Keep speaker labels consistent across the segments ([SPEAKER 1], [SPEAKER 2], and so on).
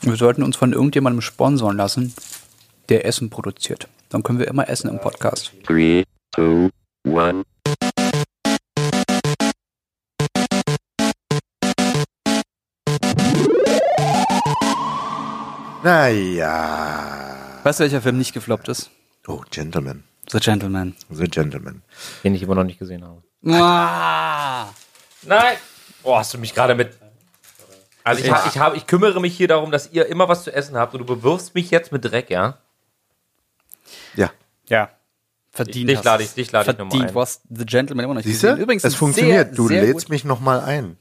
[SPEAKER 1] Wir sollten uns von irgendjemandem sponsoren lassen, der Essen produziert. Dann können wir immer essen im Podcast.
[SPEAKER 2] 3, 2, 1.
[SPEAKER 3] Naja.
[SPEAKER 1] Weißt du, welcher Film nicht gefloppt ist?
[SPEAKER 3] Oh, Gentleman.
[SPEAKER 1] The Gentleman.
[SPEAKER 3] The Gentleman.
[SPEAKER 4] Den ich immer noch nicht gesehen habe.
[SPEAKER 1] Ah,
[SPEAKER 4] Nein! Oh, hast du mich gerade mit. Also ich, ha- ich, hab, ich kümmere mich hier darum, dass ihr immer was zu essen habt und du bewirfst mich jetzt mit Dreck, ja?
[SPEAKER 3] Ja.
[SPEAKER 1] ja. Verdient.
[SPEAKER 4] Dich
[SPEAKER 1] hast
[SPEAKER 4] lade
[SPEAKER 1] du's.
[SPEAKER 4] ich- dich lade ich
[SPEAKER 1] Verdient.
[SPEAKER 4] noch mal ein.
[SPEAKER 1] Du hast The Gentleman immer noch nicht
[SPEAKER 3] Siehst du?
[SPEAKER 1] gesehen. Übrigens,
[SPEAKER 3] es
[SPEAKER 1] ein
[SPEAKER 3] funktioniert.
[SPEAKER 1] Sehr,
[SPEAKER 3] du
[SPEAKER 1] sehr
[SPEAKER 3] lädst
[SPEAKER 1] gut,
[SPEAKER 3] mich nochmal ein.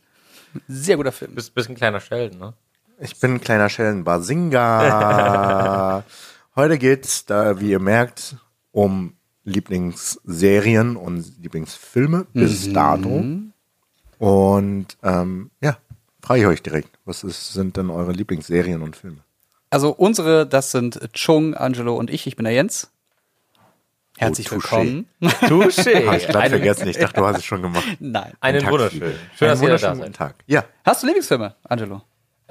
[SPEAKER 1] Sehr guter Film.
[SPEAKER 4] Bist, bist ein kleiner Sheldon, ne?
[SPEAKER 3] Ich bin ein kleiner Schellenbasinga. Heute geht's da, wie ihr merkt, um Lieblingsserien und Lieblingsfilme
[SPEAKER 4] Mhm.
[SPEAKER 3] bis dato. Und ähm, ja, frage ich euch direkt. Was ist, sind denn eure Lieblingsserien und Filme?
[SPEAKER 1] Also unsere, das sind Chung, Angelo und ich. Ich bin der Jens. Herzlich
[SPEAKER 3] Oh, touché.
[SPEAKER 1] willkommen.
[SPEAKER 3] Hab ich
[SPEAKER 4] Touché!
[SPEAKER 3] glatt vergessen. Ich dachte, du hast es schon gemacht.
[SPEAKER 1] Nein.
[SPEAKER 4] Einen
[SPEAKER 3] Tag,
[SPEAKER 4] wunderschönen.
[SPEAKER 3] Einen
[SPEAKER 4] Schön, dass ihr da
[SPEAKER 3] wunderschönen
[SPEAKER 4] seid.
[SPEAKER 3] guten Tag. Ja,
[SPEAKER 1] Hast du Lieblingsfilme, Angelo?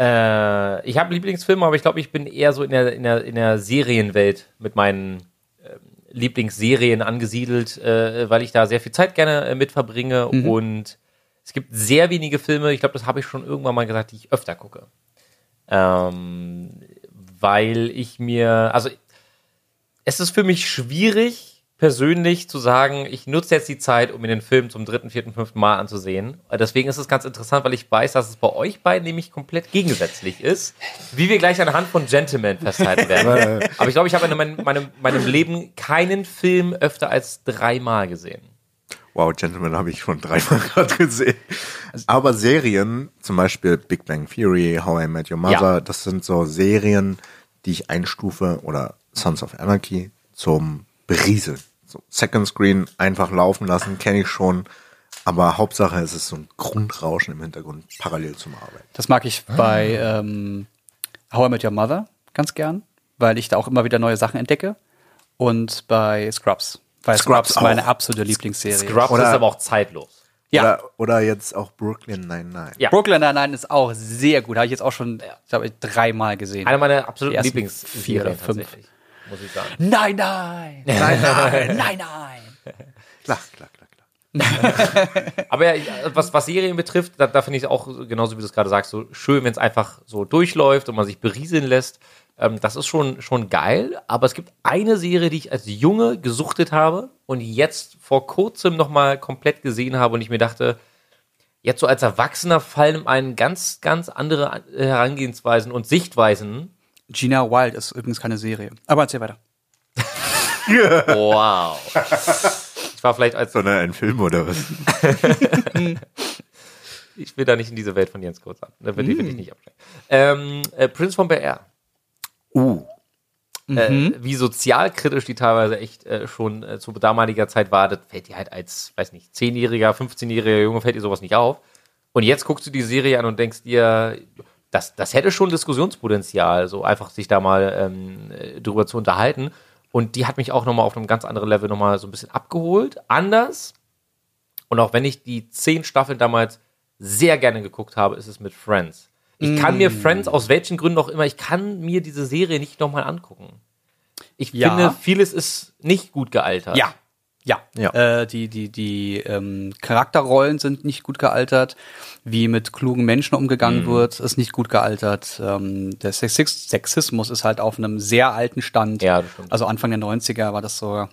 [SPEAKER 4] Äh, ich habe Lieblingsfilme, aber ich glaube, ich bin eher so in der, in der, in der Serienwelt mit meinen ähm, Lieblingsserien angesiedelt, äh, weil ich da sehr viel Zeit gerne äh, mit verbringe und es gibt sehr wenige Filme, ich glaube, das habe ich schon irgendwann mal gesagt, die ich öfter gucke. Ähm, weil ich mir, also es ist für mich schwierig, persönlich zu sagen, ich nutze jetzt die Zeit, um mir den Film zum dritten, vierten, fünften Mal anzusehen. Deswegen ist es ganz interessant, weil ich weiß, dass es bei euch beiden nämlich komplett gegensätzlich ist, wie wir gleich anhand von Gentleman festhalten werden. Aber ich glaube, ich habe in meinem, meinem, meinem Leben keinen Film öfter als dreimal gesehen.
[SPEAKER 3] Wow, Gentleman habe ich schon dreimal gerade gesehen.
[SPEAKER 1] Also
[SPEAKER 3] Aber Serien, zum Beispiel Big Bang Theory, How I Met Your Mother,
[SPEAKER 4] Ja.
[SPEAKER 3] das sind so Serien, die ich einstufe oder Sons of Anarchy zum Berieseln. So Second Screen einfach laufen lassen, kenne ich schon. Aber Hauptsache, es ist so ein Grundrauschen im Hintergrund, parallel zum Arbeiten.
[SPEAKER 1] Das mag ich bei ähm, How I Met Your Mother ganz gern, weil ich da auch immer wieder neue Sachen entdecke. Und bei Scrubs. Weil Scrubs,
[SPEAKER 3] Scrubs
[SPEAKER 1] ist meine
[SPEAKER 3] auch.
[SPEAKER 1] absolute Lieblingsserie.
[SPEAKER 4] Scrubs
[SPEAKER 3] Oder-
[SPEAKER 4] ist aber auch zeitlos.
[SPEAKER 1] Ja.
[SPEAKER 3] Oder, oder jetzt auch Brooklyn 99.
[SPEAKER 4] Ja.
[SPEAKER 1] Brooklyn Nine-Nine ist auch sehr gut. Habe ich jetzt auch schon, ich glaube, dreimal gesehen.
[SPEAKER 4] Einer meiner absoluten
[SPEAKER 1] ersten vier oder
[SPEAKER 4] Lieblingsserien
[SPEAKER 1] fünf.
[SPEAKER 4] tatsächlich. Muss ich sagen.
[SPEAKER 1] Nein, nein! Nein, nein! Nein, nein!
[SPEAKER 3] Klar, klar, klar, klar.
[SPEAKER 4] Aber ja, ich- was, was Serien betrifft, da, da finde ich es auch, genauso wie du es gerade sagst, so schön, wenn es einfach so durchläuft und man sich berieseln lässt. Ähm, das ist schon, schon geil. Aber es gibt eine Serie, die ich als Junge gesuchtet habe und jetzt vor kurzem nochmal komplett gesehen habe und ich mir dachte, jetzt so als Erwachsener fallen einem ganz, ganz andere äh, Herangehensweisen und Sichtweisen.
[SPEAKER 1] Gina Wild ist übrigens keine Serie. Aber erzähl weiter.
[SPEAKER 4] Wow. Ich war vielleicht als
[SPEAKER 3] Sondern ne, ein Film oder was?
[SPEAKER 4] ich will da nicht in diese Welt von Jens kurz ab. Da will, ich- will ich nicht absteigen. Ähm, äh, Prince von Bel Air. Uh. Äh, wie sozialkritisch die teilweise echt äh, schon äh, zu damaliger Zeit war, das fällt dir halt als, weiß nicht, 10-jähriger, 15-jähriger Junge, fällt dir sowas nicht auf. Und jetzt guckst du die Serie an und denkst dir, das, das hätte schon Diskussionspotenzial, so einfach sich da mal ähm, äh, drüber zu unterhalten. Und die hat mich auch nochmal auf einem ganz anderen Level nochmal so ein bisschen abgeholt. Anders, und auch wenn ich die zehn Staffeln damals sehr gerne geguckt habe, ist es mit Friends. Ich kann
[SPEAKER 1] Mm.
[SPEAKER 4] mir Friends, aus welchen Gründen auch immer, ich kann mir diese Serie nicht nochmal angucken. Ich
[SPEAKER 1] Ja.
[SPEAKER 4] finde, vieles ist nicht gut gealtert.
[SPEAKER 1] Ja. Ja.
[SPEAKER 3] Ja.
[SPEAKER 1] Äh, die die, die ähm, Charakterrollen sind nicht gut gealtert. Wie mit klugen Menschen
[SPEAKER 4] Mhm.
[SPEAKER 1] umgegangen wird, ist nicht gut gealtert. Ähm, der Sexis Sexismus ist halt auf einem sehr alten Stand.
[SPEAKER 4] Ja, das stimmt.
[SPEAKER 1] Also Anfang der 90er war das so,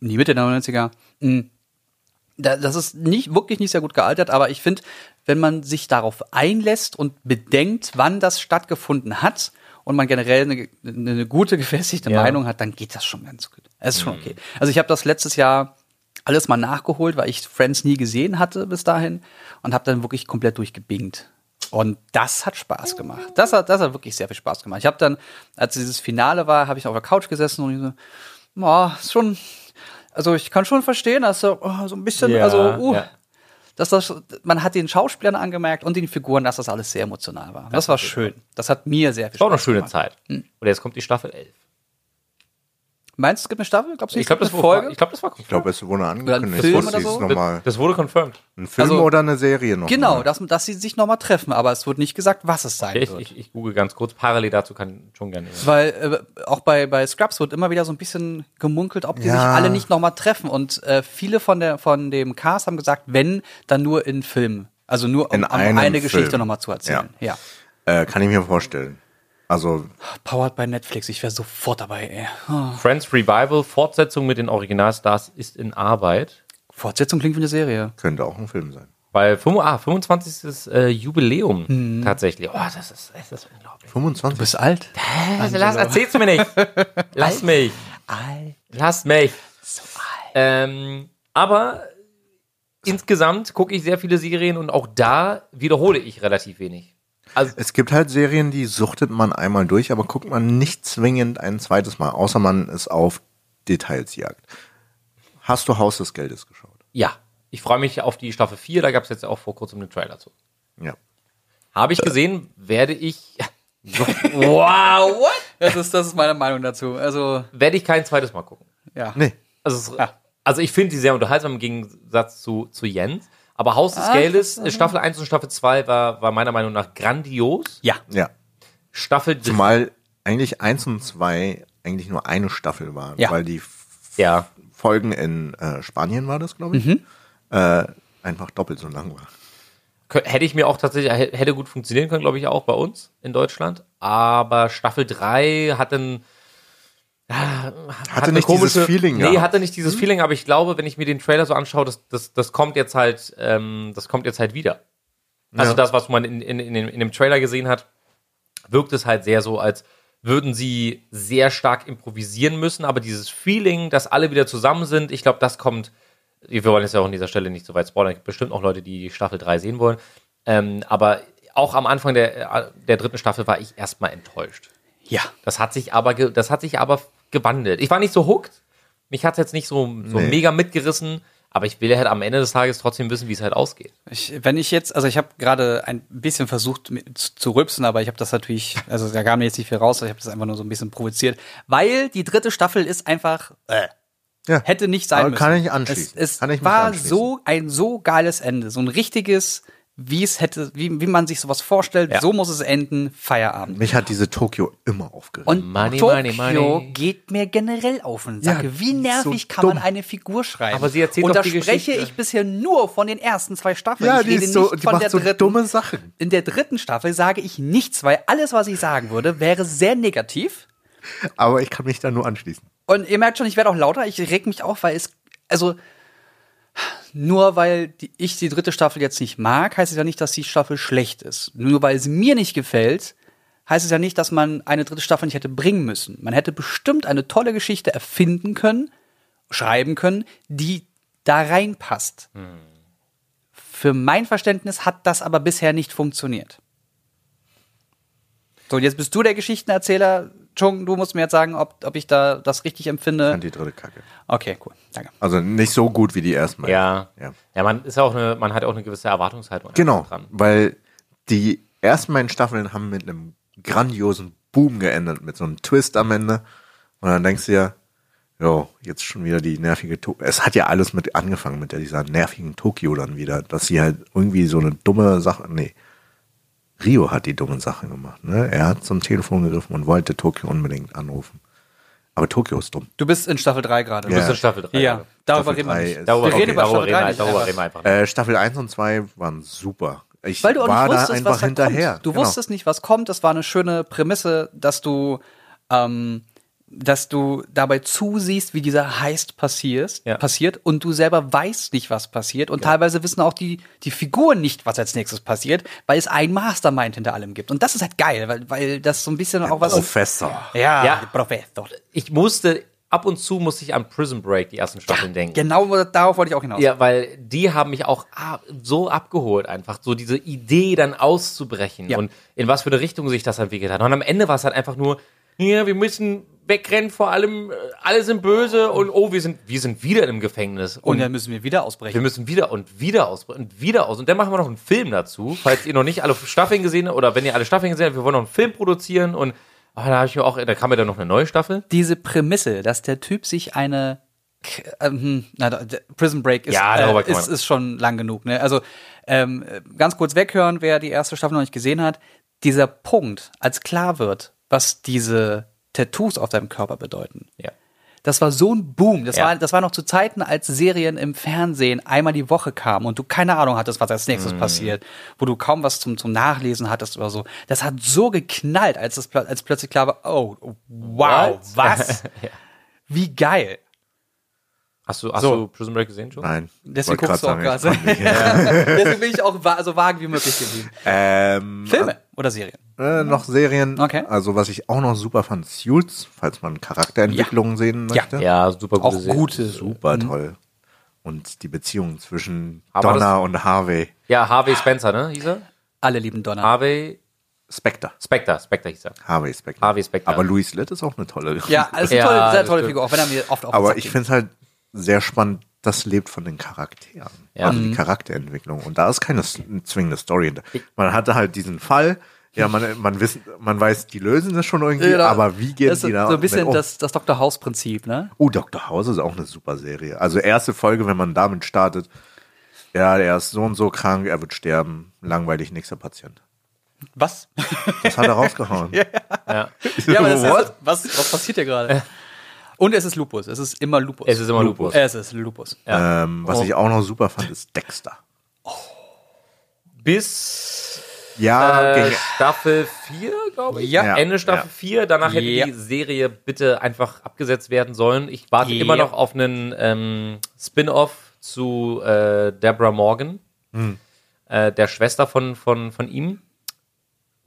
[SPEAKER 1] in die Mitte der 90er. Mhm. Da- Das ist nicht, wirklich nicht sehr gut gealtert, aber ich finde, wenn man sich darauf einlässt und bedenkt, wann das stattgefunden hat und man generell eine, eine gute, gefestigte
[SPEAKER 4] Ja.
[SPEAKER 1] Meinung hat, dann geht das schon ganz gut. Es ist schon okay. Also ich habe das letztes Jahr alles mal nachgeholt, weil ich Friends nie gesehen hatte bis dahin und habe dann wirklich komplett durchgebingt. Und das hat Spaß gemacht. Das hat, das hat wirklich sehr viel Spaß gemacht. Ich habe dann, als dieses Finale war, habe ich auf der Couch gesessen und ich so, "Ma, ist schon, also ich kann schon verstehen, dass so, oh, so ein bisschen,
[SPEAKER 4] Ja,
[SPEAKER 1] also, uh,
[SPEAKER 4] ja.
[SPEAKER 1] dass das, man hat den Schauspielern angemerkt und den Figuren, dass das alles sehr emotional war. Das war schön. Das hat mir sehr viel
[SPEAKER 4] War auch eine
[SPEAKER 1] Spaß Hm.
[SPEAKER 4] schöne
[SPEAKER 1] gemacht.
[SPEAKER 4] Zeit. Und jetzt kommt die Staffel 11.
[SPEAKER 1] Meinst du, es gibt eine Staffel? Glaubst du,
[SPEAKER 4] Ich
[SPEAKER 1] es
[SPEAKER 4] glaube,
[SPEAKER 1] gibt
[SPEAKER 4] das,
[SPEAKER 1] eine
[SPEAKER 4] wurde-
[SPEAKER 1] Folge?
[SPEAKER 4] ich glaub, das war
[SPEAKER 3] Ich glaube, es wurde angekündigt.
[SPEAKER 1] Film
[SPEAKER 3] Ich wusste
[SPEAKER 1] oder
[SPEAKER 3] es
[SPEAKER 1] so?
[SPEAKER 3] nochmal.
[SPEAKER 4] Das wurde confirmed.
[SPEAKER 3] Ein Film
[SPEAKER 1] Also-
[SPEAKER 3] oder eine Serie noch?
[SPEAKER 1] Genau,
[SPEAKER 3] mal?
[SPEAKER 1] dass, dass sie sich nochmal treffen, aber es wird nicht gesagt, was es sein
[SPEAKER 4] Ich,
[SPEAKER 1] wird.
[SPEAKER 4] ich, ich google ganz kurz. Parallel dazu kann schon gerne.
[SPEAKER 1] Weil äh, auch bei, bei Scrubs wird immer wieder so ein bisschen gemunkelt, ob die
[SPEAKER 3] Ja.
[SPEAKER 1] sich alle nicht nochmal treffen. Und äh, viele von, der, von dem Cast haben gesagt, wenn, dann nur in Filmen. Also nur um,
[SPEAKER 3] In
[SPEAKER 1] um
[SPEAKER 3] einem
[SPEAKER 1] eine
[SPEAKER 3] Film.
[SPEAKER 1] Geschichte nochmal zu erzählen. Ja.
[SPEAKER 3] Äh, kann ich mir vorstellen. Also,
[SPEAKER 1] Powered by Netflix, ich wäre sofort dabei, ey. Oh.
[SPEAKER 4] Friends Revival, Fortsetzung mit den Originalstars ist in Arbeit.
[SPEAKER 1] Fortsetzung klingt wie eine Serie.
[SPEAKER 3] könnte auch ein Film sein.
[SPEAKER 4] Weil 5, ah, 25. ist, Äh, Jubiläum tatsächlich. Oh, das ist, das ist unglaublich.
[SPEAKER 3] 25.
[SPEAKER 1] Du bist alt.
[SPEAKER 4] Äh, Also, lass, erzähl's mir nicht. Lass mich. Lass mich. Ähm, aber insgesamt gucke ich sehr viele Serien und auch da wiederhole ich relativ wenig. Also
[SPEAKER 3] es gibt halt Serien, die suchtet man einmal durch, aber guckt man nicht zwingend ein zweites Mal, außer man ist auf Details jagt. Hast du Haus des Geldes geschaut?
[SPEAKER 4] ja, ich freue mich auf die Staffel 4, da gab es jetzt auch vor kurzem einen Trailer zu.
[SPEAKER 3] Ja.
[SPEAKER 4] Habe ich gesehen, werde ich. wow, what?
[SPEAKER 1] Das ist, das ist meine Meinung dazu. Also,
[SPEAKER 4] Werde ich kein zweites Mal gucken.
[SPEAKER 1] ja.
[SPEAKER 3] Nee.
[SPEAKER 4] Also, es, also ich finde die sehr unterhaltsam im Gegensatz zu, zu Jens. Aber Haus des Geldes, äh, Staffel 1 und Staffel 2 war, war meiner Meinung nach grandios.
[SPEAKER 1] Ja.
[SPEAKER 3] Ja.
[SPEAKER 4] Staffel
[SPEAKER 3] Zumal eigentlich eins und zwei eigentlich nur eine Staffel waren,
[SPEAKER 1] Ja.
[SPEAKER 3] weil die F-
[SPEAKER 4] Ja.
[SPEAKER 3] Folgen in äh, Spanien war das, glaube ich,
[SPEAKER 1] Mhm.
[SPEAKER 3] äh, einfach doppelt so lang war.
[SPEAKER 4] Kö- hätte ich mir auch tatsächlich, hä- hätte gut funktionieren können, glaube ich, auch bei uns in Deutschland. Aber Staffel 3 hat dann. Hatte,
[SPEAKER 3] nicht dieses Feeling
[SPEAKER 4] Nee,
[SPEAKER 3] gehabt.
[SPEAKER 4] hatte nicht dieses Feeling, aber ich glaube, wenn ich mir den Trailer so anschaue, das, das, das kommt jetzt halt, ähm, das kommt jetzt halt wieder. Also
[SPEAKER 3] Ja.
[SPEAKER 4] das, was man in, in, in, dem, in dem Trailer gesehen hat, wirkt es halt sehr so, als würden sie sehr stark improvisieren müssen, aber dieses Feeling, dass alle wieder zusammen sind, ich glaube, das kommt, wir wollen jetzt ja auch an dieser Stelle nicht so weit spoilern, es gibt bestimmt auch Leute, die die Staffel 3 sehen wollen, ähm, aber auch am Anfang der, äh, der dritten Staffel war ich erstmal enttäuscht.
[SPEAKER 1] Ja.
[SPEAKER 4] Das hat sich aber, ge- das hat sich aber gewandelt. Ich war nicht so hooked. Mich hat es jetzt nicht so, so
[SPEAKER 3] Nee.
[SPEAKER 4] mega mitgerissen, aber ich will halt am Ende des Tages trotzdem wissen, wie es halt ausgeht.
[SPEAKER 1] Ich, wenn ich jetzt, also ich habe gerade ein bisschen versucht mi- zu, zu rübsen, aber ich habe das natürlich, also da kam mir jetzt nicht viel raus, aber ich habe das einfach nur so ein bisschen provoziert, weil die dritte Staffel ist einfach, äh,
[SPEAKER 3] Ja.
[SPEAKER 1] hätte nicht sein
[SPEAKER 3] Aber
[SPEAKER 1] müssen.
[SPEAKER 3] Kann ich anschließen.
[SPEAKER 1] Es, es
[SPEAKER 3] kann ich mich
[SPEAKER 1] war
[SPEAKER 3] anschließen.
[SPEAKER 1] so ein so geiles Ende, so ein richtiges, wie es hätte, wie, wie man sich sowas vorstellt,
[SPEAKER 4] Ja.
[SPEAKER 1] so muss es enden, Feierabend.
[SPEAKER 3] Mich hat diese Tokio immer aufgeregt.
[SPEAKER 1] Und
[SPEAKER 4] Money,
[SPEAKER 1] Tokio
[SPEAKER 4] money, money.
[SPEAKER 1] geht mir generell auf den Sack.
[SPEAKER 3] Ja,
[SPEAKER 1] Wie
[SPEAKER 3] die ist so
[SPEAKER 1] nervig kann
[SPEAKER 3] dumm.
[SPEAKER 1] man eine Figur schreiben?
[SPEAKER 4] Aber sie erzählt
[SPEAKER 1] Und da
[SPEAKER 4] doch die
[SPEAKER 1] spreche
[SPEAKER 4] Geschichte.
[SPEAKER 1] ich bisher nur von den ersten zwei Staffeln.
[SPEAKER 3] ja,
[SPEAKER 1] ich
[SPEAKER 3] die,
[SPEAKER 1] rede
[SPEAKER 3] ist so,
[SPEAKER 1] nicht
[SPEAKER 3] die
[SPEAKER 1] von der
[SPEAKER 3] macht so
[SPEAKER 1] dritten.
[SPEAKER 3] dumme Sachen.
[SPEAKER 1] In der dritten Staffel sage ich nichts, weil alles, was ich sagen würde, wäre sehr negativ.
[SPEAKER 3] Aber ich kann mich da nur anschließen.
[SPEAKER 1] Und ihr merkt schon, ich werde auch lauter, ich reg mich auf, weil es, also, nur weil die, ich die dritte Staffel jetzt nicht mag, heißt es ja nicht, dass die Staffel schlecht ist. Nur weil es mir nicht gefällt, heißt es ja nicht, dass man eine dritte Staffel nicht hätte bringen müssen. Man hätte bestimmt eine tolle Geschichte erfinden können, schreiben können, die da reinpasst. Für mein Verständnis hat das aber bisher nicht funktioniert. So, und jetzt bist du der Geschichtenerzähler. Chung, du musst mir jetzt sagen, ob, ob ich da das richtig
[SPEAKER 3] Dann
[SPEAKER 1] empfinde.
[SPEAKER 3] die dritte Kacke.
[SPEAKER 1] Okay, cool. Danke.
[SPEAKER 3] Also nicht so gut wie die erstmal.
[SPEAKER 4] Ja.
[SPEAKER 3] ja.
[SPEAKER 4] Ja, man ist auch eine, man hat auch eine gewisse Erwartungshaltung
[SPEAKER 3] Genau,
[SPEAKER 4] dran.
[SPEAKER 3] weil die ersten beiden Staffeln haben mit einem grandiosen Boom geendet, mit so einem Twist am Ende. Und dann denkst du ja, jo, jetzt schon wieder die nervige Tokio. Es hat ja alles mit angefangen mit der- dieser nervigen Tokio dann wieder, dass sie halt irgendwie so eine dumme Sache, nee, Rio hat die dummen Sachen gemacht. Ne? Er hat zum Telefon gegriffen und wollte Tokio unbedingt anrufen. Aber Tokio ist dumm.
[SPEAKER 1] Du bist in Staffel 3 gerade.
[SPEAKER 4] Du bist
[SPEAKER 3] Ja.
[SPEAKER 4] in Staffel 3.
[SPEAKER 1] Ja, darüber
[SPEAKER 3] Staffel
[SPEAKER 1] reden wir
[SPEAKER 3] drei
[SPEAKER 1] nicht.
[SPEAKER 3] ist-
[SPEAKER 4] Darüber,
[SPEAKER 1] wir reden
[SPEAKER 4] okay,
[SPEAKER 1] über
[SPEAKER 4] darüber,
[SPEAKER 1] Staffel
[SPEAKER 4] reden, wir-
[SPEAKER 1] 3
[SPEAKER 4] darüber reden
[SPEAKER 1] nicht.
[SPEAKER 4] wir einfach.
[SPEAKER 3] Äh, Staffel 1 und 2 waren super. Ich
[SPEAKER 1] Weil du auch
[SPEAKER 3] war
[SPEAKER 1] nicht
[SPEAKER 3] da
[SPEAKER 1] wusstest,
[SPEAKER 3] einfach
[SPEAKER 1] was da
[SPEAKER 3] hinterher.
[SPEAKER 1] kommt. Du
[SPEAKER 3] Genau.
[SPEAKER 1] wusstest nicht, was kommt. Das war eine schöne Prämisse, dass du, ähm, dass du dabei zusiehst, wie dieser Heist passiert,
[SPEAKER 4] Ja.
[SPEAKER 1] passiert und du selber weißt nicht, was passiert. Und teilweise wissen auch die, die Figuren nicht, was als nächstes passiert, weil es ein Mastermind hinter allem gibt. Und das ist halt geil, weil, weil das so ein bisschen auch was.
[SPEAKER 3] Oh, Professor.
[SPEAKER 1] ja,
[SPEAKER 4] Ja.
[SPEAKER 1] Professor.
[SPEAKER 4] ich musste, ab und zu musste ich an Prison Break die ersten Staffeln denken.
[SPEAKER 1] Genau darauf wollte ich auch hinaus.
[SPEAKER 4] Ja, weil die haben mich auch ah, so abgeholt, einfach so diese Idee dann auszubrechen
[SPEAKER 1] Ja.
[SPEAKER 4] und in was für eine Richtung sich das entwickelt hat. Und am Ende war es halt einfach nur, ja, wir müssen wegrennen, vor allem äh, alle sind böse und oh, wir sind, wir sind wieder im Gefängnis
[SPEAKER 1] Und
[SPEAKER 4] und,
[SPEAKER 1] dann müssen wir wieder
[SPEAKER 4] wir
[SPEAKER 1] ausbrechen.
[SPEAKER 4] müssen wieder und wieder aus und wieder aus. Und dann machen wir noch einen Film dazu, falls ihr noch nicht alle Staffeln gesehen habt oder wenn ihr alle Staffeln gesehen habt, wir wollen noch einen Film produzieren und Ah, da habe ich mir auch, da kam ja dann noch eine neue Staffel.
[SPEAKER 1] Diese Prämisse, dass der Typ sich eine K- ähm, na, da- d- Prison Break ist,
[SPEAKER 4] Ja, darüber
[SPEAKER 1] äh,
[SPEAKER 4] kann man-
[SPEAKER 1] ist, ist schon lang genug. Ne? Also ähm, äh, ganz kurz weghören, wer die erste Staffel noch nicht gesehen hat. Dieser Punkt, als klar wird, was diese Tattoos auf deinem Körper bedeuten.
[SPEAKER 4] Ja.
[SPEAKER 1] Das war so ein Boom. Das,
[SPEAKER 4] Ja.
[SPEAKER 1] war, das war noch zu Zeiten, als Serien im Fernsehen einmal die Woche kamen und du keine Ahnung hattest, was als
[SPEAKER 3] Mhm.
[SPEAKER 1] nächstes passiert, wo du kaum was zum, zum Nachlesen hattest oder so. Das hat so geknallt, als, es, plö- als plötzlich klar war, oh, wow,
[SPEAKER 4] What?
[SPEAKER 1] was? Wie geil.
[SPEAKER 4] Hast du, hast
[SPEAKER 1] So.
[SPEAKER 4] du Prison Break gesehen schon?
[SPEAKER 3] Nein.
[SPEAKER 1] Deswegen
[SPEAKER 3] wollte
[SPEAKER 1] guckst du auch
[SPEAKER 3] grad
[SPEAKER 1] gerade.
[SPEAKER 3] sagen, jetzt kommt
[SPEAKER 1] Deswegen bin ich auch wa- so vage wie möglich geblieben.
[SPEAKER 3] die- ähm,
[SPEAKER 1] Filme oder Serien?
[SPEAKER 3] Äh, noch Serien.
[SPEAKER 1] Okay.
[SPEAKER 3] Also, was ich auch noch super fand, Suits, falls man Charakterentwicklungen sehen
[SPEAKER 1] Ja. Mhm.
[SPEAKER 3] möchte.
[SPEAKER 4] Ja, super gute
[SPEAKER 1] Auch gute.
[SPEAKER 3] Super toll. Und die Beziehung zwischen
[SPEAKER 4] Aber
[SPEAKER 3] Donna und Harvey.
[SPEAKER 4] Ja, Harvey Spencer, ne, hieß er?
[SPEAKER 1] Alle lieben Donner.
[SPEAKER 4] Harvey
[SPEAKER 3] Spectre.
[SPEAKER 4] Specter, Specter hieß er.
[SPEAKER 3] Harvey Spectre.
[SPEAKER 4] Harvey Specter.
[SPEAKER 3] Aber Louis Litt ist auch eine tolle.
[SPEAKER 1] ja, also ist eine
[SPEAKER 4] Ja,
[SPEAKER 1] tolle, sehr tolle
[SPEAKER 4] das stimmt.
[SPEAKER 1] Figur, auch wenn er mir oft auf den
[SPEAKER 3] Aber
[SPEAKER 1] Sack
[SPEAKER 3] ich
[SPEAKER 1] geht.
[SPEAKER 3] finde es halt sehr spannend, das lebt von den Charakteren.
[SPEAKER 4] Ja.
[SPEAKER 3] Also
[SPEAKER 1] Mhm.
[SPEAKER 3] die Charakterentwicklung. Und da ist keine s- zwingende Story. Man hatte halt diesen Fall. Ja, man, man, wissen, man weiß, die lösen das schon irgendwie,
[SPEAKER 1] Ja,
[SPEAKER 3] aber wie gehen
[SPEAKER 1] Genau. das ist
[SPEAKER 3] die da
[SPEAKER 1] So ein bisschen
[SPEAKER 3] mit um?
[SPEAKER 1] das, das Dr. House-Prinzip, ne?
[SPEAKER 3] Oh, Dr. House ist auch eine super Serie. Also erste Folge, wenn man damit startet. Ja, er ist so und so krank, er wird sterben. Langweilig, nächster Patient.
[SPEAKER 1] Was?
[SPEAKER 3] Das hat er rausgehauen.
[SPEAKER 4] Ja.
[SPEAKER 1] Ja, aber das ist,
[SPEAKER 3] What?
[SPEAKER 1] was, was passiert hier gerade? Und es ist Lupus. Es ist immer Lupus.
[SPEAKER 4] Äh. Es ist immer Lupus.
[SPEAKER 1] Es ist Lupus.
[SPEAKER 3] ähm, was ich auch noch super fand, ist Dexter.
[SPEAKER 4] Bis
[SPEAKER 3] Ja,
[SPEAKER 4] äh,
[SPEAKER 3] ging,
[SPEAKER 4] Staffel 4, glaube ich.
[SPEAKER 1] Ja.
[SPEAKER 3] Ja.
[SPEAKER 4] Ende Staffel
[SPEAKER 3] Ja.
[SPEAKER 4] 4. Danach hätte
[SPEAKER 1] Ja.
[SPEAKER 4] die Serie bitte einfach abgesetzt werden sollen. Ich warte
[SPEAKER 1] Ja.
[SPEAKER 4] immer noch auf einen ähm, Spin-off zu äh, Deborah Morgan,
[SPEAKER 1] Hm.
[SPEAKER 4] äh, der Schwester von, von, von ihm.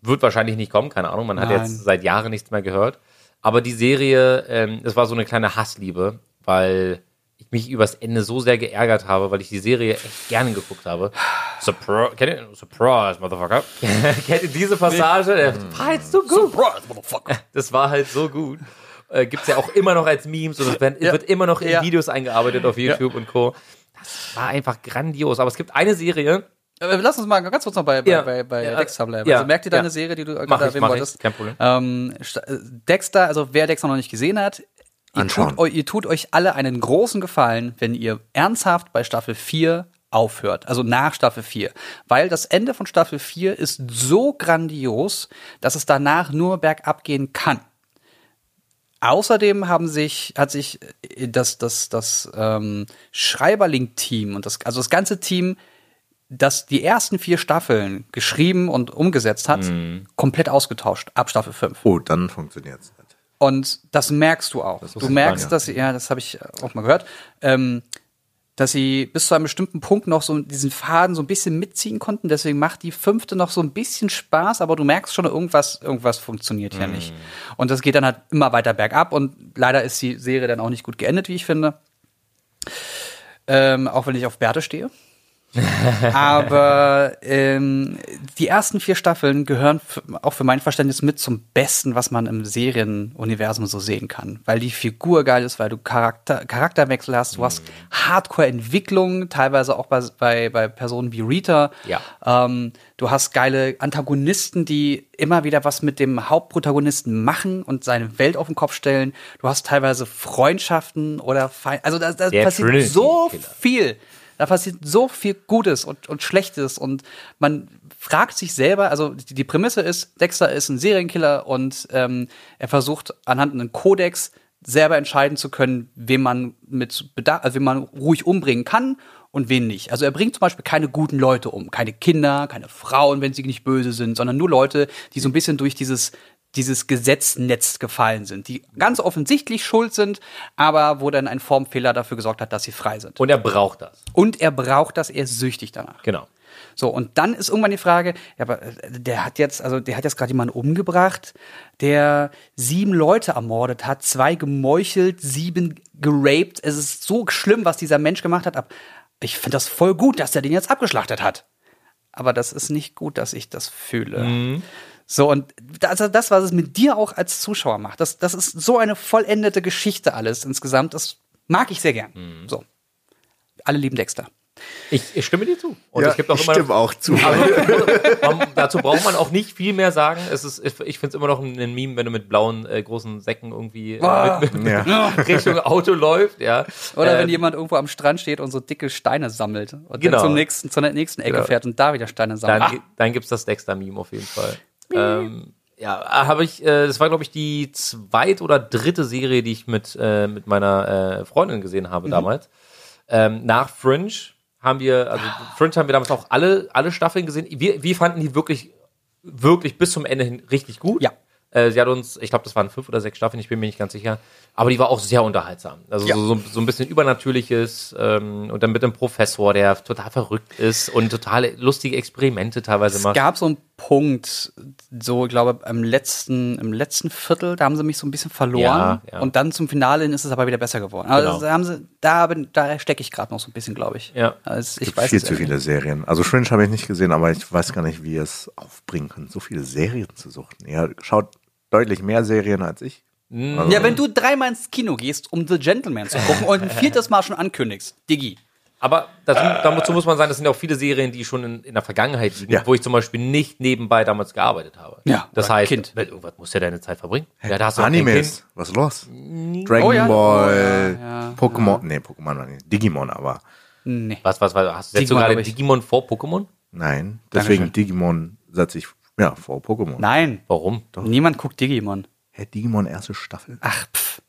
[SPEAKER 4] Wird wahrscheinlich nicht kommen, keine Ahnung. Man hat
[SPEAKER 1] Nein.
[SPEAKER 4] jetzt seit Jahren nichts mehr gehört. Aber die Serie, ähm, es war so eine kleine Hassliebe, weil ich mich übers Ende so sehr geärgert habe, weil ich die Serie echt gerne geguckt habe. Surprise, kennt ihr? Surprise, Motherfucker. kennt ihr diese Passage?
[SPEAKER 1] Mhm.
[SPEAKER 4] Der war halt so gut.
[SPEAKER 1] Surprise, motherfucker.
[SPEAKER 4] Das war halt so gut. Äh, gibt's ja auch immer noch als Memes und es werden, wird immer noch in
[SPEAKER 1] Ja.
[SPEAKER 4] Videos eingearbeitet auf YouTube und Co. Das war einfach grandios. Aber es gibt eine Serie,
[SPEAKER 1] Aber Äh, Lass uns mal ganz kurz noch bei, bei,
[SPEAKER 4] Ja.
[SPEAKER 1] bei, bei
[SPEAKER 4] Ja, äh,
[SPEAKER 1] Dexter bleiben.
[SPEAKER 4] ja,
[SPEAKER 1] Also merk dir deine
[SPEAKER 4] ja.
[SPEAKER 1] Serie, die du
[SPEAKER 4] Mach
[SPEAKER 1] gerade
[SPEAKER 4] ich,
[SPEAKER 1] erwähnen
[SPEAKER 4] mach
[SPEAKER 1] wolltest.
[SPEAKER 4] ich, kein Problem.
[SPEAKER 1] Ähm, Sta- äh, Dexter, also wer Dexter noch nicht gesehen hat, ihr
[SPEAKER 3] Anschauen.
[SPEAKER 1] tut, eu- ihr tut euch alle einen großen Gefallen, wenn ihr ernsthaft bei Staffel 4 aufhört, also nach Staffel 4. Weil das Ende von Staffel 4 ist so grandios, dass es danach nur bergab gehen kann. Außerdem haben sich, hat sich äh, das, das, das ähm, Schreiberling-Team und das, also das ganze Team, das die ersten vier Staffeln geschrieben und umgesetzt hat,
[SPEAKER 3] Mhm.
[SPEAKER 1] komplett ausgetauscht ab Staffel 5.
[SPEAKER 3] oh, dann funktioniert's nicht.
[SPEAKER 1] Und das merkst du auch. Du
[SPEAKER 3] ich
[SPEAKER 1] merkst,
[SPEAKER 3] sagen, ja.
[SPEAKER 1] dass sie, ja, das habe ich auch mal gehört, ähm, dass sie bis zu einem bestimmten Punkt noch so diesen Faden so ein bisschen mitziehen konnten. Deswegen macht die fünfte noch so ein bisschen Spaß, aber du merkst schon, irgendwas, irgendwas funktioniert
[SPEAKER 3] Mhm.
[SPEAKER 1] hier nicht. Und das geht dann halt immer weiter bergab und leider ist die Serie dann auch nicht gut geendet, wie ich finde. Ähm, auch wenn ich auf Bärte stehe. Aber ähm, die ersten vier Staffeln gehören f- auch für mein Verständnis mit zum Besten, was man im Serienuniversum so sehen kann. Weil die Figur geil ist, weil du Charakter, Charakterwechsel hast, du hast Hardcore-Entwicklungen, teilweise auch bei, bei, bei Personen wie Rita.
[SPEAKER 4] Ja.
[SPEAKER 1] Ähm, du hast geile Antagonisten, die immer wieder was mit dem Hauptprotagonisten machen und seine Welt auf den Kopf stellen. Du hast teilweise Freundschaften oder Feind. Also da, da
[SPEAKER 4] Der
[SPEAKER 1] passiert
[SPEAKER 4] Trinity
[SPEAKER 1] so
[SPEAKER 4] Killer.
[SPEAKER 1] viel. Da passiert so viel Gutes und, und Schlechtes und man fragt sich selber, also die, die Prämisse ist, Dexter ist ein Serienkiller und ähm, er versucht anhand einem Kodex selber entscheiden zu können, wen man mit Bedarf, also wen man ruhig umbringen kann und wen nicht. Also er bringt zum Beispiel keine guten Leute um, keine Kinder, keine Frauen, wenn sie nicht böse sind, sondern nur Leute, die so ein bisschen durch dieses dieses Gesetznetz gefallen sind, die ganz offensichtlich schuld sind, aber wo dann ein Formfehler dafür gesorgt hat, dass sie frei sind.
[SPEAKER 4] und er braucht das.
[SPEAKER 1] Und er braucht das, er ist süchtig danach.
[SPEAKER 4] Genau.
[SPEAKER 1] So, und dann ist irgendwann die Frage, ja, aber äh, der hat jetzt, also der hat jetzt gerade jemanden umgebracht, der sieben Leute ermordet hat, zwei gemeuchelt, sieben geraped. Es ist so schlimm, was dieser Mensch gemacht hat. Ab- Ich finde das voll gut, dass er den jetzt abgeschlachtet hat. Aber das ist nicht gut, dass ich das fühle. So, und das, das, was es mit dir auch als Zuschauer macht, das, das ist so eine vollendete Geschichte alles insgesamt. Das mag ich sehr gern. So. Alle lieben Dexter.
[SPEAKER 4] Ich, ich stimme dir zu. Und
[SPEAKER 3] ja,
[SPEAKER 4] es gibt auch
[SPEAKER 3] ich
[SPEAKER 4] immer
[SPEAKER 3] stimme auch zu.
[SPEAKER 4] Man, dazu braucht man auch nicht viel mehr sagen. Es ist, ich finde es immer noch ein, ein Meme, wenn du mit blauen äh, großen Säcken irgendwie äh, mit, mit,
[SPEAKER 3] ja.
[SPEAKER 4] Richtung Auto läuft. Ja.
[SPEAKER 1] Oder
[SPEAKER 4] Ähm,
[SPEAKER 1] wenn jemand irgendwo am Strand steht und so dicke Steine sammelt und
[SPEAKER 4] Genau.
[SPEAKER 1] dann zum nächsten, zur nächsten Ecke
[SPEAKER 4] Genau.
[SPEAKER 1] fährt und da wieder Steine sammelt.
[SPEAKER 4] Dann, dann gibt's das Dexter-Meme auf jeden Fall. Ähm, ja, habe ich, äh, das war, glaube ich, die zweit- oder dritte Serie, die ich mit, äh, mit meiner äh, Freundin gesehen
[SPEAKER 1] Mhm.
[SPEAKER 4] habe damals. Ähm, nach Fringe haben wir, also Fringe haben wir damals auch alle, alle Staffeln gesehen. Wir, wir fanden die wirklich, wirklich bis zum Ende hin richtig gut.
[SPEAKER 1] Ja.
[SPEAKER 4] Äh, Sie hat uns, ich glaube, das waren fünf oder sechs Staffeln, ich bin mir nicht ganz sicher, aber die war auch sehr unterhaltsam. Also
[SPEAKER 3] Ja.
[SPEAKER 4] so, so- so ein bisschen Übernatürliches ähm, und dann mit einem Professor, der total verrückt ist und totale lustige Experimente teilweise
[SPEAKER 1] Es
[SPEAKER 4] macht.
[SPEAKER 1] gab so einen Punkt, so ich glaube im letzten, im letzten Viertel, da haben sie mich so ein bisschen verloren.
[SPEAKER 4] Ja, ja.
[SPEAKER 1] Und dann zum Finale hin ist es aber wieder besser geworden. Also
[SPEAKER 4] Genau.
[SPEAKER 1] da haben sie, da, bin- da stecke ich gerade noch so ein bisschen, glaube ich.
[SPEAKER 4] Ja.
[SPEAKER 1] Also, ich weiß
[SPEAKER 3] Viel
[SPEAKER 1] es
[SPEAKER 3] zu
[SPEAKER 1] ehrlich
[SPEAKER 3] viele Serien. Also Fringe habe ich nicht gesehen, aber ich weiß gar nicht, wie ihr es aufbringen könnt, so viele Serien zu suchten. Ihr schaut deutlich mehr Serien als ich.
[SPEAKER 1] nicht. Ja, wenn du dreimal ins Kino gehst, um The Gentleman zu gucken und ein viertes Mal schon ankündigst, Diggi.
[SPEAKER 4] Aber dazu, dazu muss man sagen, das sind ja auch viele Serien, die schon in, in der Vergangenheit liegen,
[SPEAKER 3] Ja.
[SPEAKER 4] wo ich zum Beispiel nicht nebenbei damals gearbeitet habe.
[SPEAKER 1] Ja,
[SPEAKER 4] das
[SPEAKER 1] oder
[SPEAKER 4] heißt,
[SPEAKER 1] Kind.
[SPEAKER 4] mit irgendwas musst du ja deine Zeit verbringen. Ja, da hast du auch kein Kind.
[SPEAKER 3] Animes, was ist los? Dragon
[SPEAKER 1] Oh ja.
[SPEAKER 3] Ball,
[SPEAKER 1] Oh ja, ja,
[SPEAKER 3] Pokémon, nee, Pokémon war nicht, Digimon aber.
[SPEAKER 1] Nee.
[SPEAKER 4] Was, was, was? Hast du jetzt
[SPEAKER 1] Digimon,
[SPEAKER 4] gerade
[SPEAKER 1] glaub ich.
[SPEAKER 4] Digimon vor Pokémon?
[SPEAKER 3] Nein, deswegen
[SPEAKER 1] Dankeschön.
[SPEAKER 3] Digimon setze ich ja, vor Pokémon.
[SPEAKER 1] Nein.
[SPEAKER 4] Warum?
[SPEAKER 3] Oh.
[SPEAKER 1] Niemand guckt Digimon.
[SPEAKER 3] Hä, Digimon erste Staffel?
[SPEAKER 1] Ach, pff.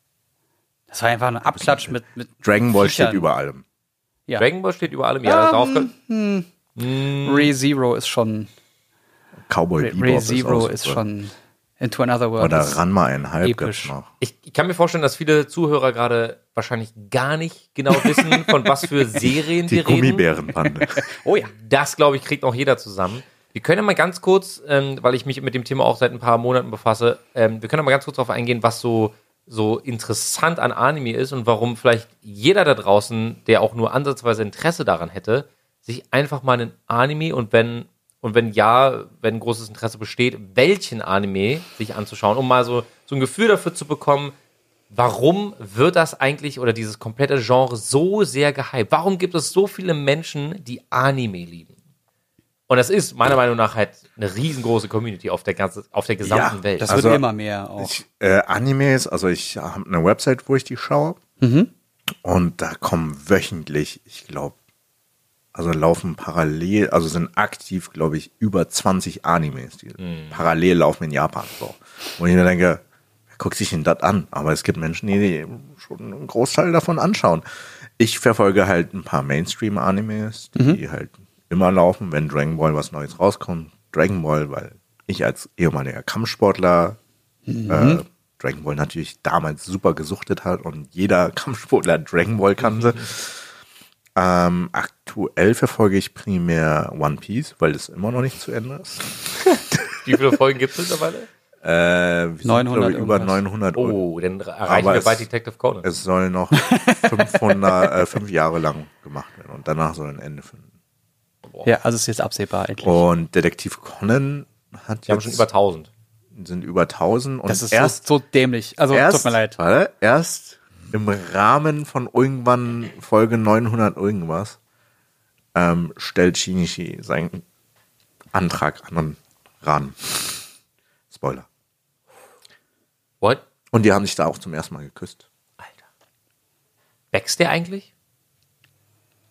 [SPEAKER 1] Das war einfach ein Abklatsch mit, mit
[SPEAKER 3] Dragon Ball
[SPEAKER 1] Viechern.
[SPEAKER 3] steht über allem.
[SPEAKER 1] Ja. Ähm, hm.
[SPEAKER 4] Dragon Ball steht über allem. Ja, darauf könnt- Hm.
[SPEAKER 1] ReZero ist schon.
[SPEAKER 3] Cowboy Bebop ist,
[SPEAKER 1] ReZero
[SPEAKER 3] auch
[SPEAKER 1] ist
[SPEAKER 3] super.
[SPEAKER 1] schon. Into Another World.
[SPEAKER 3] Oder
[SPEAKER 1] ist-
[SPEAKER 3] Ranma einhalb gab's
[SPEAKER 1] episch.
[SPEAKER 3] noch.
[SPEAKER 4] Ich, ich kann mir vorstellen, dass viele Zuhörer gerade wahrscheinlich gar nicht genau wissen, von was für Serien
[SPEAKER 3] Die
[SPEAKER 4] wir reden.
[SPEAKER 3] Gummibärenpande.
[SPEAKER 1] Oh ja.
[SPEAKER 4] Das, glaube ich, kriegt noch jeder zusammen. Wir können ja mal ganz kurz, ähm, weil ich mich mit dem Thema auch seit ein paar Monaten befasse, ähm, wir können ja mal ganz kurz darauf eingehen, was so, so interessant an Anime ist und warum vielleicht jeder da draußen, der auch nur ansatzweise Interesse daran hätte, sich einfach mal einen Anime und wenn, und wenn ja, wenn großes Interesse besteht, welchen Anime sich anzuschauen, um mal so, so ein Gefühl dafür zu bekommen, Warum wird das eigentlich oder dieses komplette Genre so sehr gehypt? Warum gibt es so viele Menschen, die Anime lieben? Und das ist meiner Meinung nach halt eine riesengroße Community auf der ganzen, auf der gesamten
[SPEAKER 3] Ja,
[SPEAKER 4] Welt.
[SPEAKER 1] Das
[SPEAKER 3] Also,
[SPEAKER 1] wird immer mehr auch.
[SPEAKER 3] Ich, äh, Animes, also ich habe eine Website, wo ich die schaue. Und da kommen wöchentlich, ich glaube, also laufen parallel, also sind aktiv, glaube ich, über 20 Animes, die parallel laufen in Japan. So. Und ich mir denke, wer guckt sich denn das an? Aber es gibt Menschen, die schon einen Großteil davon anschauen. Ich verfolge halt ein paar Mainstream-Animes, die halt immer laufen, wenn Dragon Ball was Neues rauskommt. Dragon Ball, weil ich als ehemaliger Kampfsportler äh, Dragon Ball natürlich damals super gesuchtet hat und jeder Kampfsportler Dragon Ball kannte. Ähm, aktuell verfolge ich primär One Piece, weil das immer noch nicht zu Ende ist.
[SPEAKER 4] Wie viele Folgen gibt es mittlerweile?
[SPEAKER 3] Äh, wir sind,
[SPEAKER 1] 900
[SPEAKER 3] glaube ich, über
[SPEAKER 1] irgendwas.
[SPEAKER 3] 900 Euro.
[SPEAKER 4] Oh, dann erreichen
[SPEAKER 3] Aber
[SPEAKER 4] wir bald
[SPEAKER 3] es-
[SPEAKER 4] Detective Conan.
[SPEAKER 3] Es soll noch 500, äh, fünf Jahre lang gemacht werden und danach soll ein Ende finden.
[SPEAKER 1] Ja, also es ist jetzt absehbar eigentlich.
[SPEAKER 3] Und Detektiv Conan hat
[SPEAKER 4] Wir haben
[SPEAKER 3] jetzt
[SPEAKER 4] schon über 1000.
[SPEAKER 3] sind über 1000 und
[SPEAKER 1] Das ist
[SPEAKER 3] erst
[SPEAKER 1] so, so dämlich. Also
[SPEAKER 3] erst,
[SPEAKER 1] tut mir leid.
[SPEAKER 3] Warte, erst im Rahmen von irgendwann Folge 900 irgendwas ähm, stellt Shinichi seinen Antrag an den Ran. Spoiler.
[SPEAKER 4] What?
[SPEAKER 3] Und die haben sich da auch zum ersten Mal geküsst.
[SPEAKER 4] Alter. Wächst der eigentlich?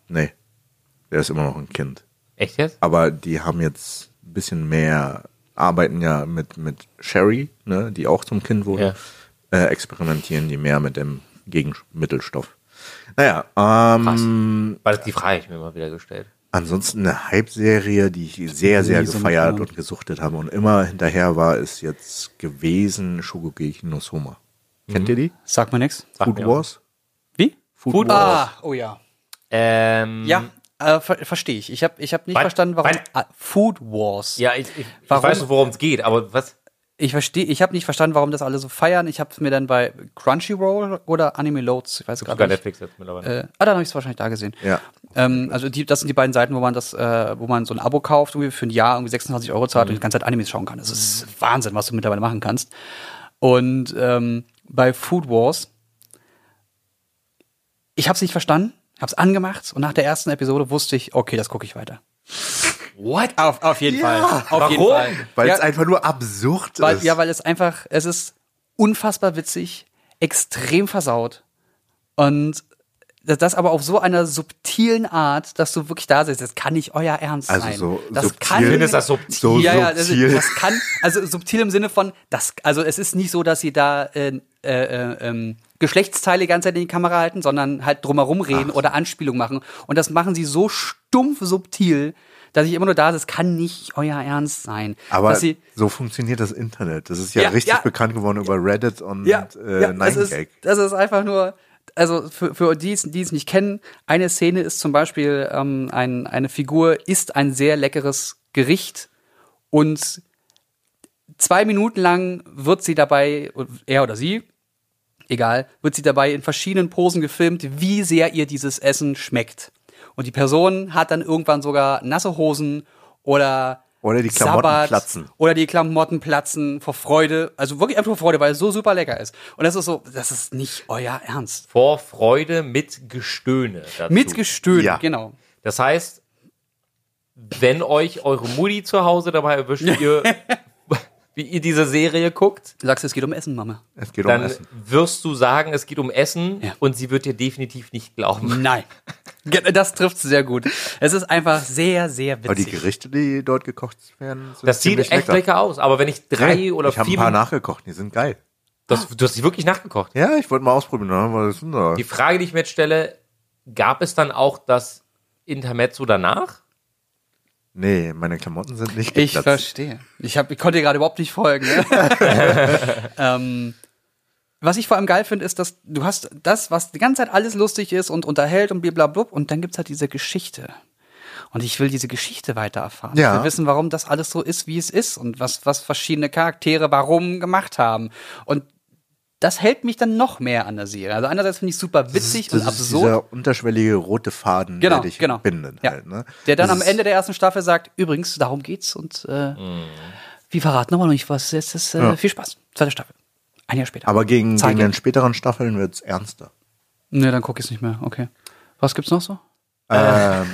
[SPEAKER 3] Nee, der ist immer noch ein Kind.
[SPEAKER 4] Echt jetzt?
[SPEAKER 3] Aber die haben jetzt ein bisschen mehr, arbeiten ja mit, mit Sherry, ne, die auch zum Kind wurde, äh, experimentieren die mehr mit dem Gegenmittelstoff. Naja, ähm,
[SPEAKER 4] Krass. Weil die Frage habe ich mir immer wieder gestellt.
[SPEAKER 3] Ansonsten eine Hype-Serie, die ich sehr, sehr
[SPEAKER 1] Nie so
[SPEAKER 3] gefeiert
[SPEAKER 1] mitgenommen.
[SPEAKER 3] und gesuchtet habe und immer hinterher war, ist jetzt gewesen Shogugeki no Soma.
[SPEAKER 4] Mhm.
[SPEAKER 3] Kennt ihr die?
[SPEAKER 1] Sagt mir nichts.
[SPEAKER 4] Sag
[SPEAKER 3] Food
[SPEAKER 4] mir
[SPEAKER 3] Wars?
[SPEAKER 1] Wie?
[SPEAKER 3] Food,
[SPEAKER 1] Ah, oh ja.
[SPEAKER 4] Ähm,
[SPEAKER 1] Ja, äh, ver verstehe ich. Ich habe ich hab nicht
[SPEAKER 4] Weil-
[SPEAKER 1] verstanden, warum.
[SPEAKER 4] weil-
[SPEAKER 1] Ah, Food Wars.
[SPEAKER 4] Ja, ich, ich, ich
[SPEAKER 1] Warum?
[SPEAKER 4] weiß nicht, worum es geht, aber was?
[SPEAKER 1] Ich verstehe, ich habe nicht verstanden, warum das alle so feiern. Ich habe es mir dann bei Crunchyroll oder Anime Loads, ich weiß
[SPEAKER 4] Sogar
[SPEAKER 1] gerade nicht.
[SPEAKER 4] Netflix jetzt mittlerweile.
[SPEAKER 1] Äh, ah, dann habe ich es wahrscheinlich da gesehen.
[SPEAKER 3] Ja.
[SPEAKER 1] Ähm, also die, das sind die beiden Seiten, wo man das, äh, wo man so ein Abo kauft, irgendwie für ein Jahr irgendwie 26 Euro zahlt und die ganze Zeit Animes schauen kann. Das ist Wahnsinn, was du mittlerweile machen kannst. Und ähm, bei Food Wars, ich habe es nicht verstanden. hab's angemacht und nach der ersten Episode wusste ich, okay, das gucke ich weiter.
[SPEAKER 4] What?
[SPEAKER 1] Auf, auf jeden
[SPEAKER 3] Ja.
[SPEAKER 1] Fall. Auf jeden
[SPEAKER 4] Warum?
[SPEAKER 1] Fall.
[SPEAKER 3] Weil
[SPEAKER 1] ja,
[SPEAKER 3] es einfach nur absurd
[SPEAKER 1] weil,
[SPEAKER 3] ist.
[SPEAKER 1] ja, weil es einfach, es ist unfassbar witzig, extrem versaut und das, das aber auf so einer subtilen Art, dass du wirklich da sitzt. Das kann nicht euer Ernst
[SPEAKER 3] Also
[SPEAKER 1] sein.
[SPEAKER 3] so
[SPEAKER 1] das
[SPEAKER 3] subtil.
[SPEAKER 1] kann,
[SPEAKER 3] Findest
[SPEAKER 4] du das subtil?
[SPEAKER 3] So
[SPEAKER 1] ja, ja, das,
[SPEAKER 3] subtil.
[SPEAKER 1] das kann, also subtil im Sinne von, das, also es ist nicht so, dass sie da äh, äh, äh, ähm, Geschlechtsteile die ganze Zeit in die Kamera halten, sondern halt drumherum reden oder Anspielung machen. Und das machen sie so stumpf subtil, dass ich immer nur da sitze, es kann nicht euer Ernst sein.
[SPEAKER 3] aber
[SPEAKER 1] dass sie,
[SPEAKER 3] so funktioniert das Internet. Das ist ja,
[SPEAKER 1] Ja,
[SPEAKER 3] richtig
[SPEAKER 1] ja.
[SPEAKER 3] bekannt geworden über Reddit und
[SPEAKER 1] ja,
[SPEAKER 3] äh,
[SPEAKER 1] ja das, ist,
[SPEAKER 3] 9gag.
[SPEAKER 1] das ist einfach nur, also für, für die, die es nicht kennen, eine Szene ist zum Beispiel, ähm, ein, eine Figur isst ein sehr leckeres Gericht und zwei Minuten lang wird sie dabei, er oder sie, egal, wird sie dabei in verschiedenen Posen gefilmt, wie sehr ihr dieses Essen schmeckt. Und die Person hat dann irgendwann sogar nasse Hosen oder
[SPEAKER 3] Oder die Klamotten
[SPEAKER 1] Sabbat
[SPEAKER 3] platzen.
[SPEAKER 1] Oder die Klamotten platzen vor Freude, also wirklich einfach vor Freude, weil es so super lecker ist. Und das ist so, das ist nicht euer Ernst.
[SPEAKER 4] Vor Freude mit Gestöhne. Dazu.
[SPEAKER 1] Mit Gestöhn,
[SPEAKER 3] Ja.
[SPEAKER 1] genau.
[SPEAKER 4] Das heißt, wenn euch eure Mutti zu Hause dabei erwischt, wie ihr, wie ihr diese Serie guckt,
[SPEAKER 1] Du sagst, es geht um Essen, Mama.
[SPEAKER 3] Es geht um
[SPEAKER 4] dann
[SPEAKER 3] Essen.
[SPEAKER 4] wirst du sagen, es geht um Essen
[SPEAKER 1] Ja. Mhm.
[SPEAKER 4] und sie wird dir definitiv nicht glauben.
[SPEAKER 1] Nein. Ge- Das trifft sehr gut. Es ist einfach sehr, sehr
[SPEAKER 3] Aber die
[SPEAKER 1] witzig.
[SPEAKER 3] Gerichte, die dort gekocht werden, sind
[SPEAKER 4] Das sieht
[SPEAKER 3] ziemlich
[SPEAKER 4] echt lecker. aus, aber wenn ich drei oder
[SPEAKER 3] ich habe ein
[SPEAKER 4] vier.
[SPEAKER 3] paar nachgekocht, die sind geil.
[SPEAKER 4] das, du hast dich wirklich nachgekocht.
[SPEAKER 3] Ja, ich wollte mal ausprobieren. ne? Was ist denn da?
[SPEAKER 4] Die Frage, die ich mir jetzt stelle, gab es dann auch das Intermezzo danach?
[SPEAKER 3] Nee, meine Klamotten sind nicht
[SPEAKER 1] Ich
[SPEAKER 3] geplatzt.
[SPEAKER 1] verstehe. Ich, hab, ich konnte dir gerade überhaupt nicht folgen. Ne? ähm, was ich vor allem geil finde, ist, dass du hast das, was die ganze Zeit alles lustig ist und unterhält und blablabla, und dann gibt's halt diese Geschichte. Und ich will diese Geschichte weiter erfahren.
[SPEAKER 3] Ja.
[SPEAKER 1] Ich will wissen, warum das alles so ist, wie es ist und was, was verschiedene Charaktere warum gemacht haben. Und das hält mich dann noch mehr an der Serie. Also einerseits finde ich super witzig
[SPEAKER 3] das
[SPEAKER 1] und
[SPEAKER 3] ist
[SPEAKER 1] absurd.
[SPEAKER 3] dieser unterschwellige rote Faden,
[SPEAKER 1] Genau,
[SPEAKER 3] der dich
[SPEAKER 1] genau.
[SPEAKER 3] bindet.
[SPEAKER 1] Ja.
[SPEAKER 3] Halt, ne?
[SPEAKER 1] Der dann
[SPEAKER 3] das
[SPEAKER 1] am
[SPEAKER 3] ist-
[SPEAKER 1] Ende der ersten Staffel sagt, übrigens, darum geht's und äh, wir verraten aber noch nicht was. Jetzt ist äh, viel Spaß. Zweite Staffel. Ein Jahr später.
[SPEAKER 3] Aber gegen,
[SPEAKER 1] Zeige.
[SPEAKER 3] gegen den späteren Staffeln wird's ernster.
[SPEAKER 1] Ne, dann guck ich's nicht mehr. Okay. Was gibt's noch so?
[SPEAKER 3] Ähm,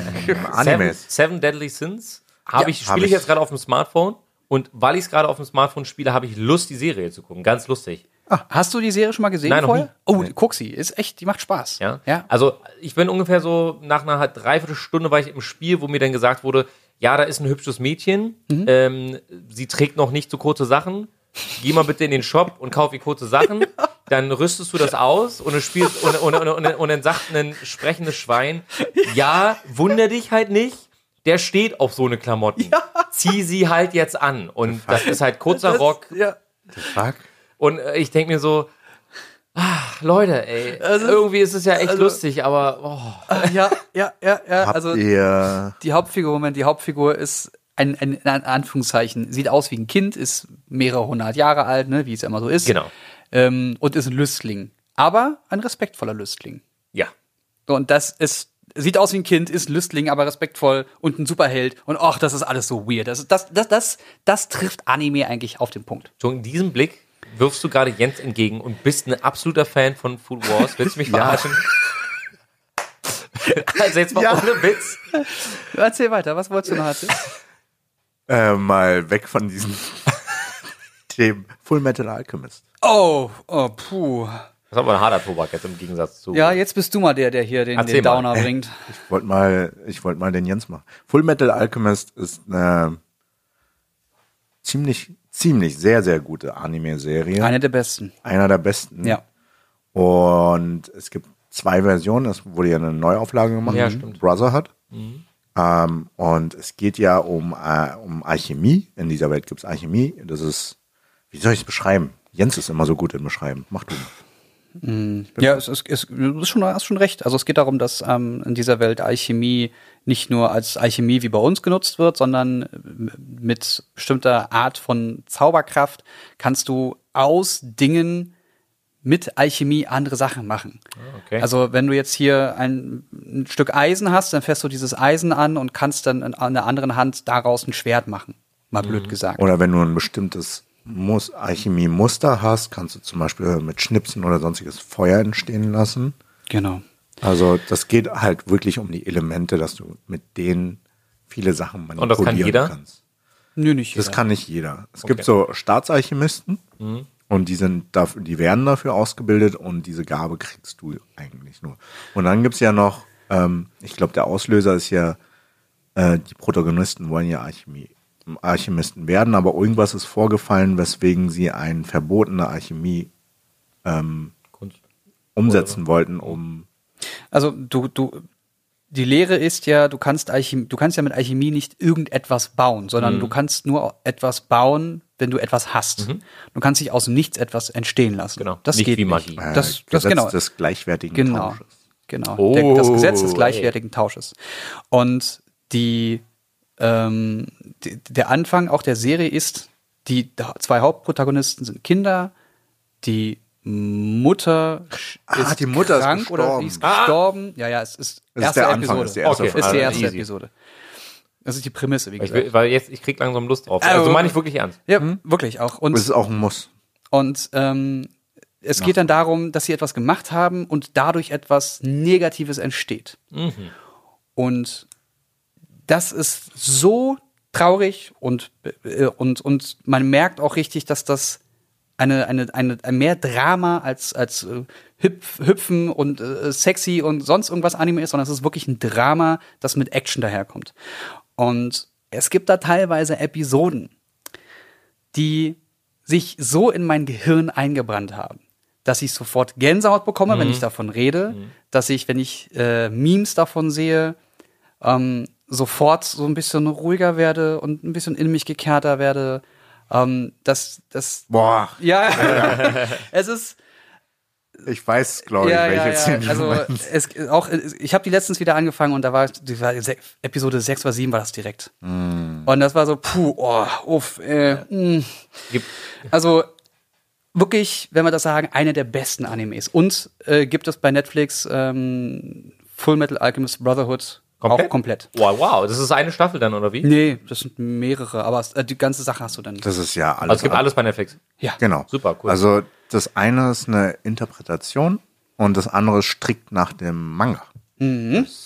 [SPEAKER 3] Animes.
[SPEAKER 4] Seven, Seven Deadly Sins habe ich,
[SPEAKER 3] hab
[SPEAKER 4] spiele ich
[SPEAKER 3] ich.
[SPEAKER 4] jetzt gerade auf dem Smartphone und weil ich es gerade auf dem Smartphone spiele, habe ich Lust, die Serie zu gucken. Ganz lustig.
[SPEAKER 1] Hast du die Serie schon mal gesehen
[SPEAKER 4] Nein, noch
[SPEAKER 1] vorher?
[SPEAKER 4] nie.
[SPEAKER 1] Oh, guck sie. Ist echt, die macht Spaß.
[SPEAKER 4] Ja?
[SPEAKER 1] ja.
[SPEAKER 4] Also ich bin ungefähr so nach einer Dreiviertelstunde war ich im Spiel, wo mir dann gesagt wurde, ja, da ist ein hübsches Mädchen,
[SPEAKER 1] Mhm.
[SPEAKER 4] ähm, sie trägt noch nicht so kurze Sachen. Geh mal bitte in den Shop und kauf ihr kurze Sachen. Dann rüstest du das aus und, es spielt, und, und, und, und, und dann sagt ein sprechendes Schwein, ja, wunder dich halt nicht, der steht auf so eine Klamotten. Zieh sie halt jetzt an. Und das ist halt kurzer Rock.
[SPEAKER 1] Ja.
[SPEAKER 3] Fuck.
[SPEAKER 4] Und äh, ich denke mir so, ach, Leute, ey,
[SPEAKER 1] Also,
[SPEAKER 4] irgendwie ist es ja echt lustig, aber oh.
[SPEAKER 1] ja, ja, ja, ja.
[SPEAKER 3] Habt
[SPEAKER 1] Also
[SPEAKER 3] ihr
[SPEAKER 1] die Hauptfigur, Moment, die Hauptfigur ist ein, ein, in Anführungszeichen, sieht aus wie ein Kind, ist mehrere hundert Jahre alt, ne, wie es ja immer so ist.
[SPEAKER 4] Genau.
[SPEAKER 1] Ähm, und ist ein Lüstling. Aber ein respektvoller Lüstling.
[SPEAKER 4] Ja.
[SPEAKER 1] So, und das ist, sieht aus wie ein Kind, ist Lüstling, aber respektvoll und ein Superheld. Und ach, das ist alles so weird. Das, das, das, das, das trifft Anime eigentlich auf den Punkt.
[SPEAKER 4] So in diesem Blick wirfst du gerade Jens entgegen und bist ein absoluter Fan von Food Wars. Willst du mich verarschen? also jetzt mal
[SPEAKER 3] Ja.
[SPEAKER 4] ohne Witz.
[SPEAKER 1] Erzähl weiter, was wolltest du noch erzählen?
[SPEAKER 3] äh, mal weg von diesen Themen Full Metal Alchemist?
[SPEAKER 1] Oh, oh, puh.
[SPEAKER 4] Das ist aber ein harter Tobak jetzt im Gegensatz zu.
[SPEAKER 1] Ja, jetzt bist du mal der, der hier den,
[SPEAKER 4] Erzähl
[SPEAKER 1] den
[SPEAKER 4] mal.
[SPEAKER 1] Downer bringt.
[SPEAKER 3] Ich wollte mal, ich wollte mal den Jens machen. Full Metal Alchemist ist eine ziemlich, ziemlich sehr, sehr gute Anime-Serie.
[SPEAKER 1] Eine der besten.
[SPEAKER 3] Einer der besten.
[SPEAKER 1] Ja.
[SPEAKER 3] Und es gibt zwei Versionen. Es wurde ja eine Neuauflage gemacht.
[SPEAKER 4] Ja, stimmt. Mhm.
[SPEAKER 3] Brotherhood. Ähm, und es geht ja um, äh, um Alchemie. In dieser Welt gibt es Alchemie. Das ist, wie soll ich es beschreiben? Jens ist immer so gut im Beschreiben. Mach du. mal.
[SPEAKER 1] Ja, es, es, es, du bist schon, hast schon recht. Also es geht darum, dass ähm, in dieser Welt Alchemie nicht nur als Alchemie wie bei uns genutzt wird, sondern m- mit bestimmter Art von Zauberkraft kannst du aus Dingen mit Alchemie andere Sachen machen.
[SPEAKER 3] Ah,
[SPEAKER 4] okay.
[SPEAKER 1] Also wenn du jetzt hier ein, ein Stück Eisen hast, dann fährst du dieses Eisen an und kannst dann in- an der anderen Hand daraus ein Schwert machen. Mal blöd gesagt.
[SPEAKER 3] Mhm. Oder wenn du ein bestimmtes Mus Alchemie-Muster hast, kannst du zum Beispiel mit Schnipsen oder sonstiges Feuer entstehen lassen.
[SPEAKER 1] Genau.
[SPEAKER 3] Also das geht halt wirklich um die Elemente, dass du mit denen viele Sachen manipulieren
[SPEAKER 4] das kann jeder?
[SPEAKER 3] kannst.
[SPEAKER 1] Nö, nicht.
[SPEAKER 3] Das
[SPEAKER 1] jeder.
[SPEAKER 3] kann nicht jeder. Es gibt so Staatsarchimisten
[SPEAKER 1] Mhm.
[SPEAKER 3] und die sind dafür, die werden dafür ausgebildet und diese Gabe kriegst du eigentlich nur. Und dann gibt's ja noch, ähm, ich glaube, der Auslöser ist ja, äh, die Protagonisten wollen ja Alchemie, Alchemisten werden, aber irgendwas ist vorgefallen, weswegen sie ein verbotene Alchemie
[SPEAKER 4] Kunst.
[SPEAKER 3] umsetzen wollten, um
[SPEAKER 1] Also du, du, die Lehre ist ja, du kannst Alchemie, du kannst ja mit Alchemie nicht irgendetwas bauen, sondern
[SPEAKER 4] Mhm.
[SPEAKER 1] du kannst nur etwas bauen, wenn du etwas hast. Du kannst nicht aus dem Nichts etwas entstehen lassen.
[SPEAKER 4] Genau.
[SPEAKER 1] Das
[SPEAKER 4] Nicht
[SPEAKER 1] geht
[SPEAKER 4] wie
[SPEAKER 1] nicht.
[SPEAKER 4] Magie.
[SPEAKER 3] äh,
[SPEAKER 1] Das, das genau.
[SPEAKER 3] des gleichwertigen
[SPEAKER 1] Genau.
[SPEAKER 3] Tausches.
[SPEAKER 1] Genau.
[SPEAKER 4] Oh,
[SPEAKER 1] Der, das Gesetz des
[SPEAKER 4] ey.
[SPEAKER 1] gleichwertigen Tausches. Und die, ähm, die, der Anfang auch der Serie ist, die da- zwei Hauptprotagonisten sind Kinder, die Mutter sch- ist
[SPEAKER 3] Ah, die Mutter ist
[SPEAKER 1] krank oder die ist
[SPEAKER 3] gestorben.
[SPEAKER 1] gestorben. Ja, ja, es ist
[SPEAKER 3] Das ist
[SPEAKER 1] erste
[SPEAKER 3] der Anfang,
[SPEAKER 1] Episode.
[SPEAKER 3] ist die erste
[SPEAKER 4] Okay. Folge.
[SPEAKER 1] ist die erste
[SPEAKER 4] Ah. Easy.
[SPEAKER 1] Episode. Das ist die Prämisse, wie
[SPEAKER 4] Ich
[SPEAKER 1] gesagt.
[SPEAKER 4] will, Hm? weil jetzt, ich krieg langsam Lust drauf. Also
[SPEAKER 1] Ähm.
[SPEAKER 4] meine ich wirklich ernst.
[SPEAKER 1] Ja, wirklich auch. Und
[SPEAKER 3] Das ist auch ein Muss.
[SPEAKER 1] Und ähm, es geht dann darum, dass sie etwas gemacht haben und dadurch etwas Negatives entsteht. Und das ist so traurig und, äh, und, und man merkt auch richtig, dass das eine, eine, eine, ein mehr Drama als, als äh, Hüpf, Hüpfen und äh, sexy und sonst irgendwas Anime ist, sondern es ist wirklich ein Drama, das mit Action daherkommt. Und es gibt da teilweise Episoden, die sich so in mein Gehirn eingebrannt haben, dass ich sofort Gänsehaut bekomme, wenn ich davon rede, dass ich, wenn ich äh, Memes davon sehe, ähm, sofort so ein bisschen ruhiger werde und ein bisschen in mich gekehrter werde. Ähm, das, das,
[SPEAKER 3] Boah,
[SPEAKER 1] ja, es ist,
[SPEAKER 3] ich weiß, glaube ich,
[SPEAKER 1] ja, ja,
[SPEAKER 3] welche
[SPEAKER 1] ja.
[SPEAKER 3] Szene du
[SPEAKER 1] Also
[SPEAKER 3] meinst.
[SPEAKER 1] es, auch, ich habe die letztens wieder angefangen und da war, die war se- Episode 6 oder 7 war das direkt.
[SPEAKER 3] Mhm.
[SPEAKER 1] Und das war so, puh, oh, uff, äh, mm.
[SPEAKER 4] Gibt,
[SPEAKER 1] Also wirklich, wenn wir das sagen, eine der besten Animes. Und äh, gibt es bei Netflix ähm, Full Metal Alchemist Brotherhood
[SPEAKER 4] komplett?
[SPEAKER 1] auch komplett.
[SPEAKER 4] Wow, wow. Das ist eine Staffel dann, oder wie?
[SPEAKER 1] Nee, das sind mehrere, aber es- äh, die ganze Sache hast du dann.
[SPEAKER 3] Das ist ja alles.
[SPEAKER 4] Also es
[SPEAKER 1] genau.
[SPEAKER 4] gibt alles bei Netflix.
[SPEAKER 1] ja,
[SPEAKER 3] Genau.
[SPEAKER 4] Super, cool.
[SPEAKER 3] Also das eine ist eine Interpretation und das andere ist strikt nach dem Manga.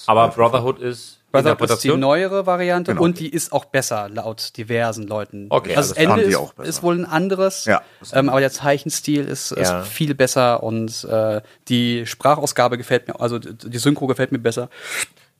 [SPEAKER 4] Aber Brotherhood ist
[SPEAKER 1] Brotherhood ist die
[SPEAKER 4] Interpretation.
[SPEAKER 1] neuere Variante
[SPEAKER 3] Genau.
[SPEAKER 1] und die ist auch besser laut diversen Leuten.
[SPEAKER 4] Okay,
[SPEAKER 1] also das
[SPEAKER 4] alles klar.
[SPEAKER 1] Ende
[SPEAKER 3] Haben die
[SPEAKER 1] ist,
[SPEAKER 3] auch besser.
[SPEAKER 1] ist wohl ein anderes,
[SPEAKER 3] Ja.
[SPEAKER 1] ähm, aber der Zeichenstil ist, ist
[SPEAKER 4] Ja.
[SPEAKER 1] viel besser und äh, die Sprachausgabe gefällt mir, also die die Synchro gefällt mir besser.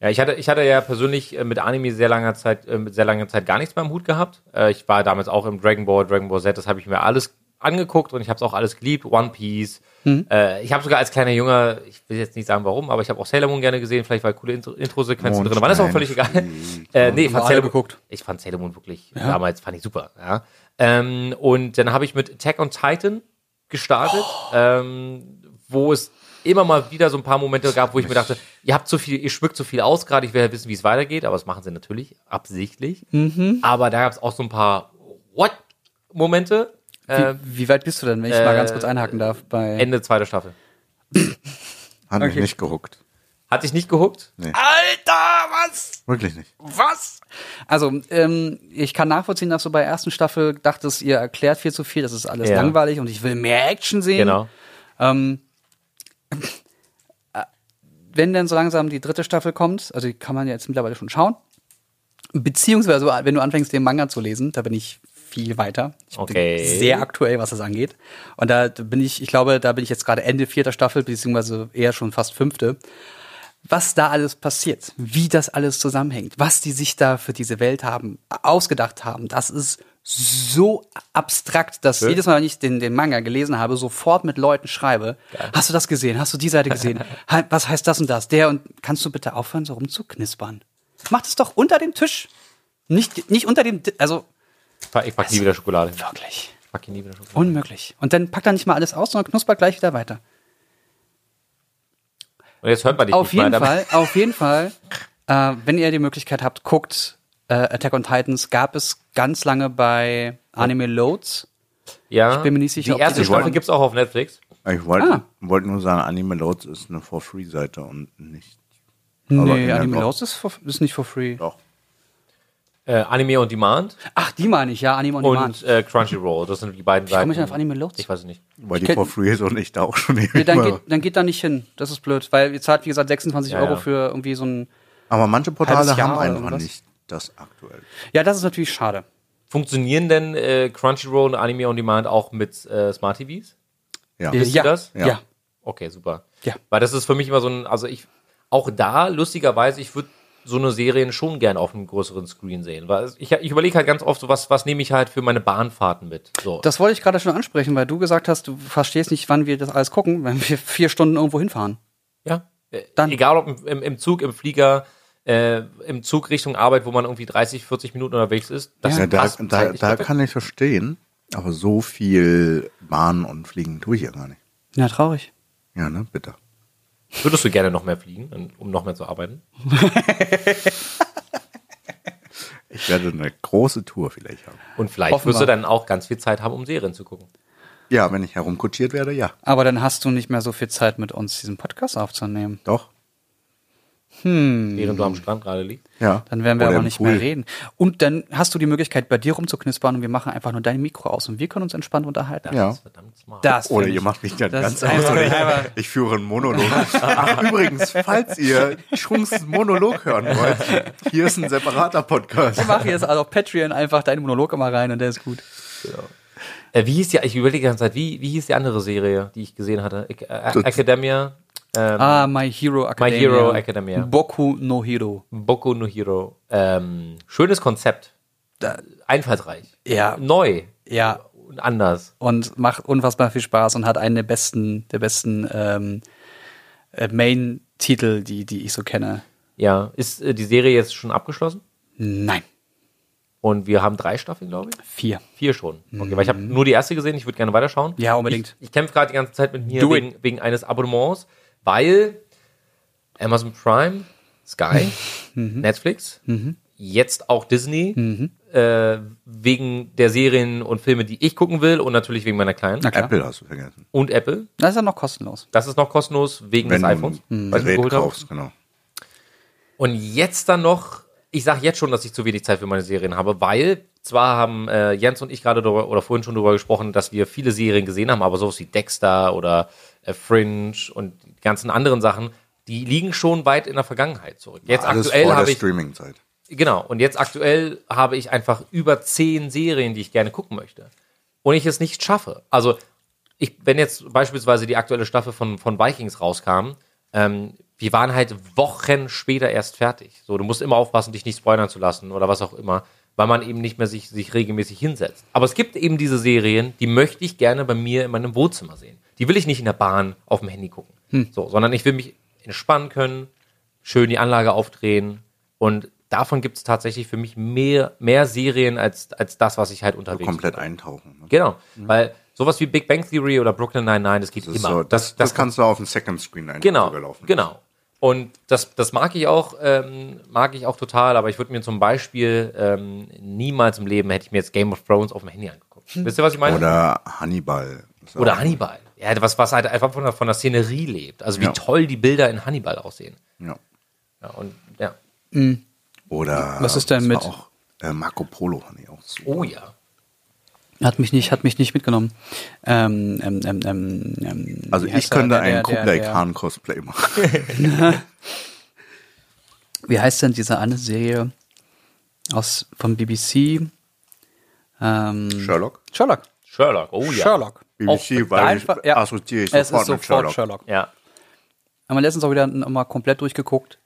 [SPEAKER 4] Ja, ich hatte, ich hatte ja persönlich äh, mit Anime sehr langer Zeit, äh, mit sehr langer Zeit gar nichts mehr im Hut gehabt. Äh, ich war damals auch im Dragon Ball, Dragon Ball Z, das habe ich mir alles angeguckt und ich habe es auch alles geliebt. One Piece.
[SPEAKER 1] Mhm.
[SPEAKER 4] Äh, ich habe sogar als kleiner Junge, ich will jetzt nicht sagen warum, aber ich habe auch Sailor Moon gerne gesehen. Vielleicht war coole Intro- Intro-Sequenzen drin, waren das auch völlig egal. Äh,
[SPEAKER 1] Haben
[SPEAKER 4] nee, ich
[SPEAKER 1] wir
[SPEAKER 4] fand
[SPEAKER 1] alle
[SPEAKER 4] Sailor Moon,
[SPEAKER 1] geguckt.
[SPEAKER 4] ich fand Sailor Moon wirklich damals fand ich super. Ja. Ähm, und dann habe ich mit Attack on Titan gestartet,
[SPEAKER 1] Oh.
[SPEAKER 4] ähm, wo es immer mal wieder so ein paar Momente gab, wo ich mir dachte, ihr habt zu viel, ihr schmückt zu viel aus gerade, ich will ja wissen, wie es weitergeht, aber das machen sie natürlich absichtlich.
[SPEAKER 1] Mhm.
[SPEAKER 4] Aber da gab es auch so ein paar What Momente. Äh,
[SPEAKER 1] Wie, wie weit bist du denn, wenn ich mal ganz kurz einhaken darf? Bei
[SPEAKER 4] Ende zweite Staffel.
[SPEAKER 3] Hat mich
[SPEAKER 1] Okay.
[SPEAKER 3] nicht gehuckt.
[SPEAKER 4] Hat dich nicht gehuckt?
[SPEAKER 1] Alter, was?
[SPEAKER 3] Wirklich nicht.
[SPEAKER 1] Was? Also, ähm, ich kann nachvollziehen, dass du bei der ersten Staffel dachtest, ihr erklärt viel zu viel, das ist alles
[SPEAKER 4] Ja.
[SPEAKER 1] langweilig und ich will mehr Action sehen.
[SPEAKER 4] Genau.
[SPEAKER 1] Ähm, äh, wenn dann so langsam die dritte Staffel kommt, also die kann man ja jetzt mittlerweile schon schauen, beziehungsweise wenn du anfängst, den Manga zu lesen, da bin ich viel weiter. Ich
[SPEAKER 4] Okay.
[SPEAKER 1] bin sehr aktuell, was das angeht. Und da bin ich, ich glaube, da bin ich jetzt gerade Ende vierter Staffel, beziehungsweise eher schon fast fünfte. Was da alles passiert, wie das alles zusammenhängt, was die sich da für diese Welt haben, ausgedacht haben, das ist so abstrakt, dass
[SPEAKER 4] Schön.
[SPEAKER 1] jedes Mal, wenn ich den, den Manga gelesen habe, sofort mit Leuten schreibe, hast du das gesehen, hast du die Seite gesehen, He- was heißt das und das, der und kannst du bitte aufhören, so rumzuknispern? Mach das doch unter dem Tisch. Nicht, nicht unter dem, Di- also
[SPEAKER 4] Ich pack- Ich pack nie wieder Schokolade. hin.
[SPEAKER 1] wirklich.
[SPEAKER 4] Ich pack nie wieder Schokolade.
[SPEAKER 1] Unmöglich. Und dann packt er nicht mal alles aus, sondern knuspert gleich wieder weiter.
[SPEAKER 4] Und jetzt hört man dich
[SPEAKER 1] Auf
[SPEAKER 4] nicht mal
[SPEAKER 1] jeden Fall,
[SPEAKER 4] damit.
[SPEAKER 1] auf jeden Fall, äh, wenn ihr die Möglichkeit habt, guckt äh, Attack on Titans. Gab es ganz lange bei Anime Loads.
[SPEAKER 4] Ja. Ich
[SPEAKER 1] bin mir nicht sicher, ob
[SPEAKER 4] Die
[SPEAKER 1] die
[SPEAKER 4] erste
[SPEAKER 1] das
[SPEAKER 4] Staffel
[SPEAKER 1] machen.
[SPEAKER 4] gibt's auch auf Netflix.
[SPEAKER 3] Ich wollte
[SPEAKER 1] Ah.
[SPEAKER 3] wollte nur sagen, Anime Loads ist eine For-Free-Seite und nicht. aber in
[SPEAKER 1] Nee,
[SPEAKER 3] der
[SPEAKER 1] Anime
[SPEAKER 3] Blo-
[SPEAKER 1] Loads ist, for, ist nicht for free.
[SPEAKER 3] Doch.
[SPEAKER 4] Äh, Anime on Demand
[SPEAKER 1] Ach, die meine ich, ja, Anime on Demand.
[SPEAKER 4] und äh, Crunchyroll. Das sind die beiden
[SPEAKER 1] Ich komme
[SPEAKER 4] Seiten.
[SPEAKER 1] mich auf Anime Loads.
[SPEAKER 4] Ich weiß es nicht.
[SPEAKER 3] Weil
[SPEAKER 1] kenn-
[SPEAKER 3] die For Free ist und ich da auch schon
[SPEAKER 1] Nee,
[SPEAKER 3] ewig
[SPEAKER 1] dann,
[SPEAKER 3] war.
[SPEAKER 1] geht, dann geht da nicht hin. Das ist blöd, weil ihr zahlt, wie gesagt, 26
[SPEAKER 4] Ja,
[SPEAKER 1] Euro
[SPEAKER 4] ja.
[SPEAKER 1] für irgendwie so ein.
[SPEAKER 3] Aber manche
[SPEAKER 1] Halbes
[SPEAKER 3] Portale
[SPEAKER 1] Jahr
[SPEAKER 3] haben
[SPEAKER 1] oder
[SPEAKER 3] einfach
[SPEAKER 1] irgendwas.
[SPEAKER 3] nicht das aktuell.
[SPEAKER 1] Ja, das ist natürlich schade.
[SPEAKER 4] Funktionieren denn äh, Crunchyroll und Anime on Demand auch mit äh, Smart TVs?
[SPEAKER 3] Ja.
[SPEAKER 1] Äh,
[SPEAKER 4] ihr
[SPEAKER 1] ja.
[SPEAKER 4] das?
[SPEAKER 1] Ja.
[SPEAKER 3] Ja.
[SPEAKER 4] Okay, super.
[SPEAKER 1] Ja.
[SPEAKER 4] Weil das ist für mich immer so ein, also ich, auch da, lustigerweise, ich würde so eine Serien schon gern auf einem größeren Screen sehen. Weil ich, ich überlege halt ganz oft so, was, was nehme ich halt für meine Bahnfahrten mit. So.
[SPEAKER 1] Das wollte ich gerade schon ansprechen, weil du gesagt hast, du verstehst nicht, wann wir das alles gucken, wenn wir vier Stunden irgendwo hinfahren.
[SPEAKER 4] ja. Äh,
[SPEAKER 1] Dann-
[SPEAKER 4] Egal ob im, im, im Zug, im Flieger, äh, im Zug Richtung Arbeit, wo man irgendwie 30, 40 Minuten unterwegs ist. Das
[SPEAKER 3] Ja, da
[SPEAKER 4] passt
[SPEAKER 3] da,
[SPEAKER 4] zeitlich
[SPEAKER 3] da
[SPEAKER 4] perfekt.
[SPEAKER 3] kann ich verstehen, aber so viel Bahn und Fliegen tue ich ja gar nicht.
[SPEAKER 1] Ja, traurig.
[SPEAKER 3] Ja, ne, bitte.
[SPEAKER 4] Würdest du gerne noch mehr fliegen, um noch mehr zu arbeiten?
[SPEAKER 3] Ich werde eine große Tour vielleicht haben.
[SPEAKER 4] Und vielleicht wirst
[SPEAKER 1] Offenbar.
[SPEAKER 4] du dann auch ganz viel Zeit haben, um Serien zu gucken.
[SPEAKER 3] Ja, wenn ich herumkutschiert werde, ja.
[SPEAKER 1] Aber dann hast du nicht mehr so viel Zeit, mit uns diesen Podcast aufzunehmen.
[SPEAKER 3] Doch.
[SPEAKER 1] Mhm.
[SPEAKER 4] Während du am Strand gerade liegst.
[SPEAKER 3] Ja.
[SPEAKER 1] Dann werden wir
[SPEAKER 3] Oder
[SPEAKER 1] aber
[SPEAKER 3] im
[SPEAKER 1] nicht
[SPEAKER 3] Pool.
[SPEAKER 1] mehr reden. Und dann hast du die Möglichkeit, bei dir rumzuknispern und wir machen einfach nur dein Mikro aus und wir können uns entspannt unterhalten.
[SPEAKER 3] Ja.
[SPEAKER 4] Das ist verdammt smart.
[SPEAKER 1] Das
[SPEAKER 3] Oder
[SPEAKER 1] find
[SPEAKER 3] ihr
[SPEAKER 1] ich-
[SPEAKER 3] macht mich dann
[SPEAKER 1] das
[SPEAKER 3] ganz
[SPEAKER 1] ist
[SPEAKER 3] aus
[SPEAKER 1] einfach-
[SPEAKER 3] und ich,
[SPEAKER 1] einfach-
[SPEAKER 3] ich führe einen Monolog. Ach, übrigens, falls ihr Schunks Monolog hören wollt, hier ist ein separater Podcast.
[SPEAKER 1] Ich mache jetzt also auf Patreon einfach deinen Monolog immer rein und der ist gut.
[SPEAKER 4] Äh, wie hieß die, ich überlege die ganze Zeit, wie, wie hieß die andere Serie, die ich gesehen hatte? Ac- äh,
[SPEAKER 3] Das-
[SPEAKER 4] Academia, ähm,
[SPEAKER 1] Ah, My Hero Academia.
[SPEAKER 4] Hero Academia.
[SPEAKER 1] Boku no Hero.
[SPEAKER 4] Boku no Hero. Ähm, schönes Konzept. Einfallsreich.
[SPEAKER 1] Ja.
[SPEAKER 4] Neu.
[SPEAKER 1] Ja.
[SPEAKER 4] Und anders.
[SPEAKER 1] und macht unfassbar viel Spaß und hat einen der besten, der besten ähm, äh, Main-Titel, die, die ich so kenne.
[SPEAKER 4] Ja. Ist äh, die Serie jetzt schon abgeschlossen?
[SPEAKER 1] Nein,
[SPEAKER 4] Und wir haben drei Staffeln, glaube ich.
[SPEAKER 1] vier.
[SPEAKER 4] Vier schon. Okay, weil ich habe nur die erste gesehen, ich würde gerne weiterschauen.
[SPEAKER 1] Mhm. Ja, unbedingt.
[SPEAKER 4] Ich, ich kämpfe gerade die ganze Zeit mit mir
[SPEAKER 1] Do
[SPEAKER 4] wegen, wegen eines Abonnements, weil Amazon Prime, Sky,
[SPEAKER 3] Mhm.
[SPEAKER 4] Netflix, jetzt auch Disney, äh, wegen der Serien und Filme, die ich gucken will und natürlich wegen meiner Kleinen
[SPEAKER 1] Na klar.
[SPEAKER 3] Apple hast du vergessen.
[SPEAKER 4] und Apple.
[SPEAKER 1] Das ist ja noch kostenlos.
[SPEAKER 4] Das ist noch kostenlos wegen
[SPEAKER 3] Wenn
[SPEAKER 4] des
[SPEAKER 3] du
[SPEAKER 4] iPhones,
[SPEAKER 1] Hm,
[SPEAKER 3] ein
[SPEAKER 4] was ich mir
[SPEAKER 3] Gerät
[SPEAKER 4] geholt habe.
[SPEAKER 3] kaufst, genau.
[SPEAKER 4] Und jetzt dann noch, ich sage jetzt schon, dass ich zu wenig Zeit für meine Serien habe, weil zwar haben äh, Jens und ich gerade darüber, oder vorhin schon darüber gesprochen, dass wir viele Serien gesehen haben, aber sowas wie Dexter oder äh, Fringe und die ganzen anderen Sachen, die liegen schon weit in der Vergangenheit zurück. Jetzt
[SPEAKER 3] Alles
[SPEAKER 4] aktuell
[SPEAKER 3] vor
[SPEAKER 4] habe
[SPEAKER 3] der
[SPEAKER 4] ich
[SPEAKER 3] Streaming-Zeit.
[SPEAKER 4] Genau, und jetzt aktuell habe ich einfach über zehn Serien, die ich gerne gucken möchte. Und ich es nicht schaffe. Also, ich, wenn jetzt beispielsweise die aktuelle Staffel von, von Vikings rauskam, ähm, wir waren halt Wochen später erst fertig. So, du musst immer aufpassen, dich nicht spoilern zu lassen oder was auch immer, weil man eben nicht mehr sich, sich regelmäßig hinsetzt. Aber es gibt eben diese Serien, die möchte ich gerne bei mir in meinem Wohnzimmer sehen. Die will ich nicht in der Bahn auf dem Handy gucken. So, sondern ich will mich entspannen können, schön die Anlage aufdrehen. Und davon gibt es tatsächlich für mich mehr, mehr Serien als, als das, was ich halt unterwegs
[SPEAKER 3] Komplett eintauchen. ne?
[SPEAKER 4] Genau, weil sowas wie Big Bang Theory oder Brooklyn Nine-Nine, das geht
[SPEAKER 3] Das, ist
[SPEAKER 4] immer.
[SPEAKER 3] so, das, das, kannst du auf dem Second Screen einfach
[SPEAKER 4] genau,
[SPEAKER 3] sogar laufen.
[SPEAKER 4] genau. Und das, das mag ich auch, ähm, mag ich auch total, aber ich würde mir zum Beispiel ähm, niemals im Leben hätte ich mir jetzt Game of Thrones auf dem Handy angeguckt. Wisst ihr, was ich meine?
[SPEAKER 3] Hm. Oder Hannibal. Das ist
[SPEAKER 4] Oder
[SPEAKER 3] auch-
[SPEAKER 4] Hannibal. Ja, was, was halt einfach von der, von der Szenerie lebt. Also wie
[SPEAKER 3] Ja.
[SPEAKER 4] toll die Bilder in Hannibal aussehen.
[SPEAKER 3] Ja.
[SPEAKER 4] Ja, und ja.
[SPEAKER 1] Mhm.
[SPEAKER 3] Oder
[SPEAKER 1] Was ist denn
[SPEAKER 3] das
[SPEAKER 1] mit-
[SPEAKER 3] war Auch, äh, Marco Polo fand ich auch so.
[SPEAKER 4] Oh ja.
[SPEAKER 1] Hat mich nicht, hat mich nicht mitgenommen. Ähm, ähm, ähm, ähm, ähm,
[SPEAKER 3] Also
[SPEAKER 1] wie
[SPEAKER 3] ich
[SPEAKER 1] heißt er?
[SPEAKER 3] könnte
[SPEAKER 1] Der- der-
[SPEAKER 3] einen Kublai
[SPEAKER 1] der-
[SPEAKER 3] Khan Cosplay machen.
[SPEAKER 1] Wie heißt denn diese andere Serie aus vom BBC? Ähm,
[SPEAKER 3] Sherlock?
[SPEAKER 1] Sherlock.
[SPEAKER 4] Sherlock, oh ja.
[SPEAKER 1] Sherlock.
[SPEAKER 3] BBC, weil ich
[SPEAKER 1] Einfach- ja.
[SPEAKER 3] assoziiere ich
[SPEAKER 1] es ist
[SPEAKER 3] sofort mit
[SPEAKER 1] sofort
[SPEAKER 3] Sherlock.
[SPEAKER 1] Sherlock.
[SPEAKER 4] Ja.
[SPEAKER 1] haben wir letztens auch wieder noch mal komplett durchgeguckt.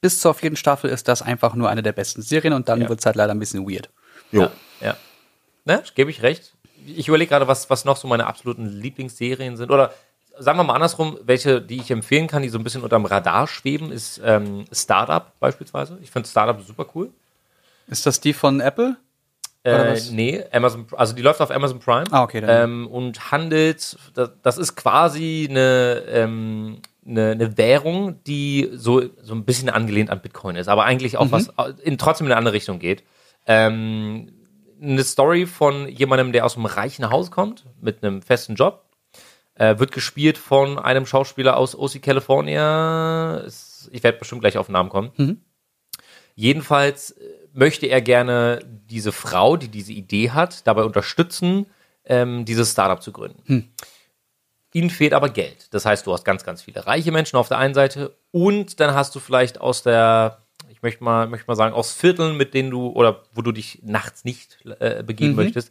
[SPEAKER 1] Bis zur vierten Staffel ist das einfach nur eine der besten Serien und dann wird's wird es halt leider ein bisschen weird.
[SPEAKER 3] Jo.
[SPEAKER 4] Ja, ja. Ne, gebe ich recht. Ich überlege gerade, was, was noch so meine absoluten Lieblingsserien sind. Oder sagen wir mal andersrum, welche, die ich empfehlen kann, die so ein bisschen unterm Radar schweben, ist ähm, Startup beispielsweise. Ich finde Startup super cool.
[SPEAKER 1] Ist das die von Apple? Oder
[SPEAKER 4] Äh,
[SPEAKER 1] was?
[SPEAKER 4] nee, Amazon, also die läuft auf Amazon Prime.
[SPEAKER 1] Ah, okay, dann-
[SPEAKER 4] Ähm, und handelt, das, das ist quasi eine, ähm, eine, eine Währung, die so, so ein bisschen angelehnt an Bitcoin ist, aber eigentlich
[SPEAKER 1] Mhm.
[SPEAKER 4] auch was äh, in, trotzdem in eine andere Richtung geht. Ähm, eine Story von jemandem, der aus einem reichen Haus kommt, mit einem festen Job. Äh, wird gespielt von einem Schauspieler aus OC California. Es- Ich werde bestimmt gleich auf den Namen kommen. Jedenfalls äh, möchte er gerne diese Frau, die diese Idee hat, dabei unterstützen, ähm, dieses Startup zu gründen. Ihnen fehlt aber Geld. Das heißt, du hast ganz, ganz viele reiche Menschen auf der einen Seite und dann hast du vielleicht aus der, ich möchte mal, möchte mal sagen, aus Vierteln, mit denen du oder wo du dich nachts nicht äh, begeben möchtest,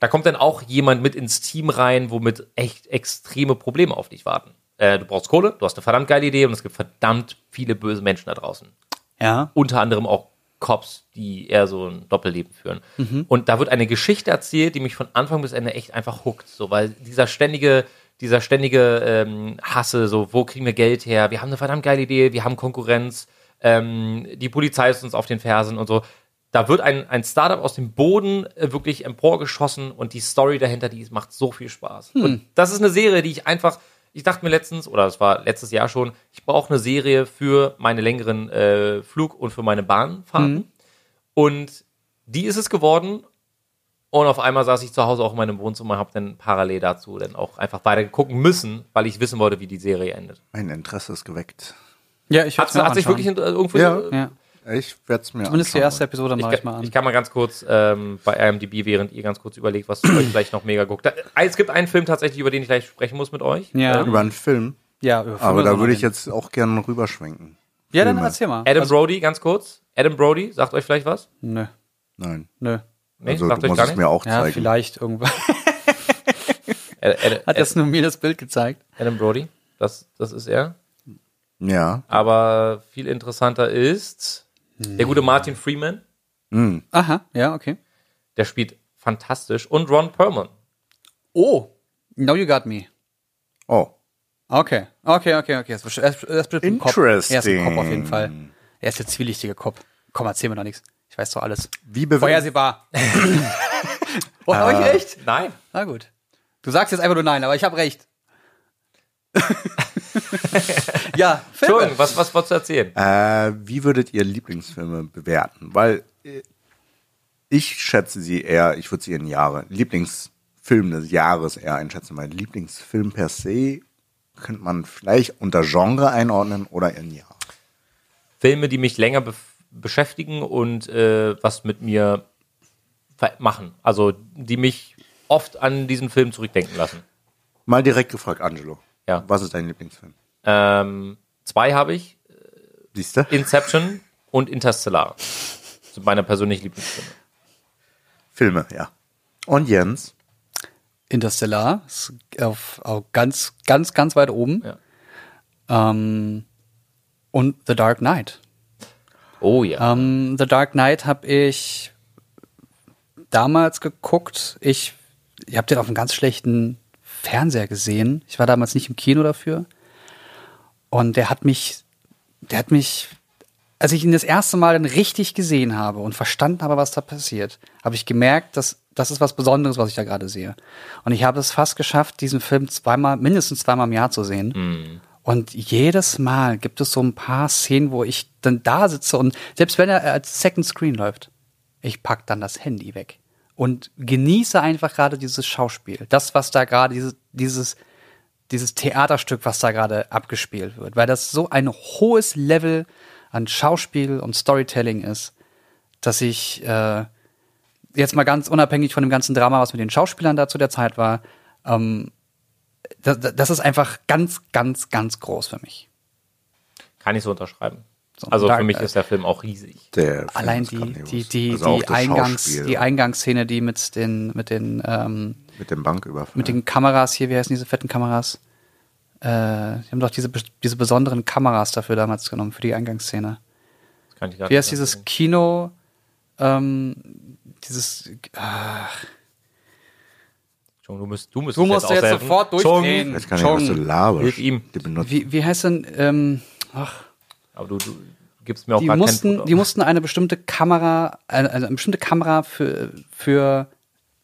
[SPEAKER 4] da kommt dann auch jemand mit ins Team rein, womit echt extreme Probleme auf dich warten. Äh, du brauchst Kohle, du hast eine verdammt geile Idee und es gibt verdammt viele böse Menschen da draußen
[SPEAKER 1] Ja.
[SPEAKER 4] unter anderem auch Cops, die eher so ein Doppelleben führen. Und da wird eine Geschichte erzählt, die mich von Anfang bis Ende echt einfach huckt, so weil dieser ständige dieser ständige ähm, Hasse, so wo kriegen wir Geld her? Wir haben eine verdammt geile Idee, wir haben Konkurrenz, ähm, die Polizei ist uns auf den Fersen und so. Da wird ein, ein Startup aus dem Boden äh, wirklich emporgeschossen und die Story dahinter, die macht so viel Spaß. Und das ist eine Serie, die ich einfach, ich dachte mir letztens, oder es war letztes Jahr schon, ich brauche eine Serie für meine längeren äh, Flug- und für meine Bahnfahrten. Und die ist es geworden. Und auf einmal saß ich zu Hause auch in meinem Wohnzimmer, habe dann parallel dazu dann auch einfach weiter gucken müssen, weil ich wissen wollte, wie die Serie endet.
[SPEAKER 3] Mein Interesse ist geweckt.
[SPEAKER 1] Ja, ich
[SPEAKER 4] Hat,
[SPEAKER 1] hab's mir
[SPEAKER 4] hat sich
[SPEAKER 1] anschauen.
[SPEAKER 4] wirklich in- äh, irgendwo.
[SPEAKER 3] Ja.
[SPEAKER 1] Ja.
[SPEAKER 3] Ich werde es mir
[SPEAKER 1] Zumindest die
[SPEAKER 3] anschauen.
[SPEAKER 1] erste Episode mache ich,
[SPEAKER 4] Ich,
[SPEAKER 1] mal
[SPEAKER 4] kann,
[SPEAKER 1] an.
[SPEAKER 4] ich kann mal ganz kurz ähm, bei IMDb, während ihr ganz kurz überlegt, was ihr euch vielleicht noch mega guckt. Da, äh, es gibt einen Film tatsächlich, über den ich gleich sprechen muss mit euch. Ähm,
[SPEAKER 1] ja.
[SPEAKER 3] Über einen Film.
[SPEAKER 1] ja, über
[SPEAKER 3] Aber da
[SPEAKER 1] Filme
[SPEAKER 3] würde ich
[SPEAKER 1] reden.
[SPEAKER 3] jetzt auch gerne rüberschwenken.
[SPEAKER 1] Ja, dann
[SPEAKER 3] Filme.
[SPEAKER 1] erzähl mal. Also,
[SPEAKER 4] Adam Brody, ganz kurz. Adam Brody, sagt euch vielleicht was?
[SPEAKER 1] Nö,
[SPEAKER 3] Nein.
[SPEAKER 1] nö.
[SPEAKER 4] Nee,
[SPEAKER 3] also
[SPEAKER 4] sagt
[SPEAKER 3] du
[SPEAKER 4] euch
[SPEAKER 3] musst
[SPEAKER 4] gar
[SPEAKER 3] es
[SPEAKER 4] nicht.
[SPEAKER 3] mir auch
[SPEAKER 1] Ja,
[SPEAKER 3] zeigen.
[SPEAKER 1] vielleicht irgendwann.
[SPEAKER 4] Ad- Ad-
[SPEAKER 1] Hat das nur mir das Bild gezeigt?
[SPEAKER 4] Adam Brody, das, das ist er.
[SPEAKER 3] Ja.
[SPEAKER 4] Aber viel interessanter ist der gute Martin Freeman,
[SPEAKER 3] hm.
[SPEAKER 1] Aha, ja, okay.
[SPEAKER 4] der spielt fantastisch. Und Ron Perlman.
[SPEAKER 1] Oh, now you got me.
[SPEAKER 3] Oh.
[SPEAKER 1] Okay, okay, okay, okay. Das ist, das ist ein Kopf. Er ist ein Kopf auf jeden
[SPEAKER 3] Interesting.
[SPEAKER 1] Fall. Er ist der zwielichtige Kopf. Komm, erzähl mir doch nichts. Ich weiß doch alles.
[SPEAKER 3] Wie bewertet-
[SPEAKER 1] Vorhersehbar. oh, hab
[SPEAKER 3] Ah.
[SPEAKER 1] ich recht?
[SPEAKER 4] Nein.
[SPEAKER 1] Na gut. Du sagst jetzt einfach nur nein, aber ich habe recht. ja, Filme.
[SPEAKER 4] Entschuldigung, was, was wolltest du erzählen?
[SPEAKER 3] Äh, wie würdet ihr Lieblingsfilme bewerten? Weil äh, ich schätze sie eher, ich würde sie in Jahre, Lieblingsfilm des Jahres eher einschätzen. Mein Lieblingsfilm per se könnte man vielleicht unter Genre einordnen oder in Jahr.
[SPEAKER 4] Filme, die mich länger bef- beschäftigen und äh, was mit mir ver- machen. Also die mich oft an diesen Film zurückdenken lassen.
[SPEAKER 3] Mal direkt gefragt, Angelo.
[SPEAKER 4] Ja.
[SPEAKER 3] Was ist dein Lieblingsfilm?
[SPEAKER 4] Ähm, zwei habe ich,
[SPEAKER 3] Siehst du?
[SPEAKER 4] Inception und Interstellar. Das sind meine persönlichen Lieblingsfilme.
[SPEAKER 3] Filme, ja. Und Jens?
[SPEAKER 1] Interstellar ist auf, auf ganz, ganz, ganz weit oben. Ähm, und The Dark Knight.
[SPEAKER 4] Oh ja.
[SPEAKER 1] Ähm, The Dark Knight habe ich damals geguckt. Ich, ich habe den auf einem ganz schlechten Fernseher gesehen. Ich war damals nicht im Kino dafür. Und der hat mich, der hat mich, als ich ihn das erste Mal dann richtig gesehen habe und verstanden habe, was da passiert, habe ich gemerkt, dass das ist was Besonderes, was ich da gerade sehe. Und ich habe es fast geschafft, diesen Film zweimal, mindestens zweimal im Jahr zu sehen. Und jedes Mal gibt es so ein paar Szenen, wo ich dann da sitze und selbst wenn er als Second Screen läuft, ich pack dann das Handy weg und genieße einfach gerade dieses Schauspiel. Das, was da gerade, dieses, dieses, dieses Theaterstück, was da gerade abgespielt wird, weil das so ein hohes Level an Schauspiel und Storytelling ist, dass ich äh, jetzt mal ganz unabhängig von dem ganzen Drama, was mit den Schauspielern da zu der Zeit war, ähm, das, das ist einfach ganz, ganz, ganz groß für mich.
[SPEAKER 4] Kann ich so unterschreiben.
[SPEAKER 1] So,
[SPEAKER 4] Also
[SPEAKER 1] Dark
[SPEAKER 4] für mich
[SPEAKER 1] Knight.
[SPEAKER 4] ist der Film auch riesig.
[SPEAKER 3] Der Film
[SPEAKER 1] Allein
[SPEAKER 3] ist
[SPEAKER 1] die,
[SPEAKER 3] grandios.
[SPEAKER 1] die, die,
[SPEAKER 3] Also auch
[SPEAKER 1] die,
[SPEAKER 3] das
[SPEAKER 1] Eingangs,
[SPEAKER 3] Schauspiel
[SPEAKER 1] die Eingangsszene, die mit den, mit den, ähm,
[SPEAKER 3] mit dem Banküberfall.
[SPEAKER 1] mit den Kameras hier, wie heißen diese fetten Kameras? Äh, die haben doch diese, diese besonderen Kameras dafür damals genommen, für die Eingangsszene.
[SPEAKER 4] Das kann ich gar
[SPEAKER 1] Wie heißt
[SPEAKER 4] nicht
[SPEAKER 1] dieses
[SPEAKER 4] sagen.
[SPEAKER 1] Kino? Ähm, dieses. Ach,
[SPEAKER 4] Chung, du musst, du musst,
[SPEAKER 1] du
[SPEAKER 4] es
[SPEAKER 1] musst jetzt
[SPEAKER 4] aushelfen.
[SPEAKER 1] sofort
[SPEAKER 4] Chung,
[SPEAKER 1] durchdrehen.
[SPEAKER 3] Jetzt kann ich was du
[SPEAKER 1] Chong.
[SPEAKER 3] laberst.
[SPEAKER 4] Hilf ihm.
[SPEAKER 3] Die benutzt
[SPEAKER 1] Wie, wie heißt denn? Ähm, ach,
[SPEAKER 4] Aber du, du gibst mir auch
[SPEAKER 1] die
[SPEAKER 4] gar
[SPEAKER 1] mussten,
[SPEAKER 4] keinen
[SPEAKER 1] die mussten eine bestimmte Kamera, eine, eine bestimmte Kamera für, für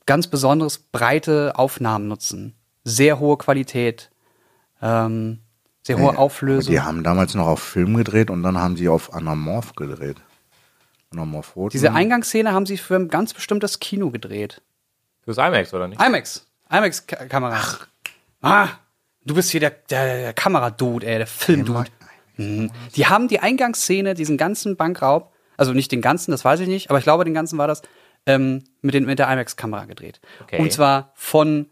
[SPEAKER 1] ganz besonderes breite Aufnahmen nutzen. Sehr hohe Qualität, ähm, sehr hohe
[SPEAKER 3] Ja,
[SPEAKER 1] Auflösung.
[SPEAKER 3] Die haben damals noch auf Film gedreht und dann haben sie auf Anamorph gedreht. Anamorph Roten.
[SPEAKER 1] Diese Eingangsszene haben sie für ein ganz bestimmtes Kino gedreht.
[SPEAKER 4] Fürs IMAX, oder nicht?
[SPEAKER 1] IMAX. IMAX-Kamera. Ach. Ah, du bist hier der, der, der Kameradude, ey, der Filmdude. Mhm. Die haben die Eingangsszene, diesen ganzen Bankraub, also nicht den ganzen, das weiß ich nicht, aber ich glaube, den ganzen war das, ähm, mit, den, mit der IMAX-Kamera gedreht.
[SPEAKER 4] Okay.
[SPEAKER 1] Und zwar von,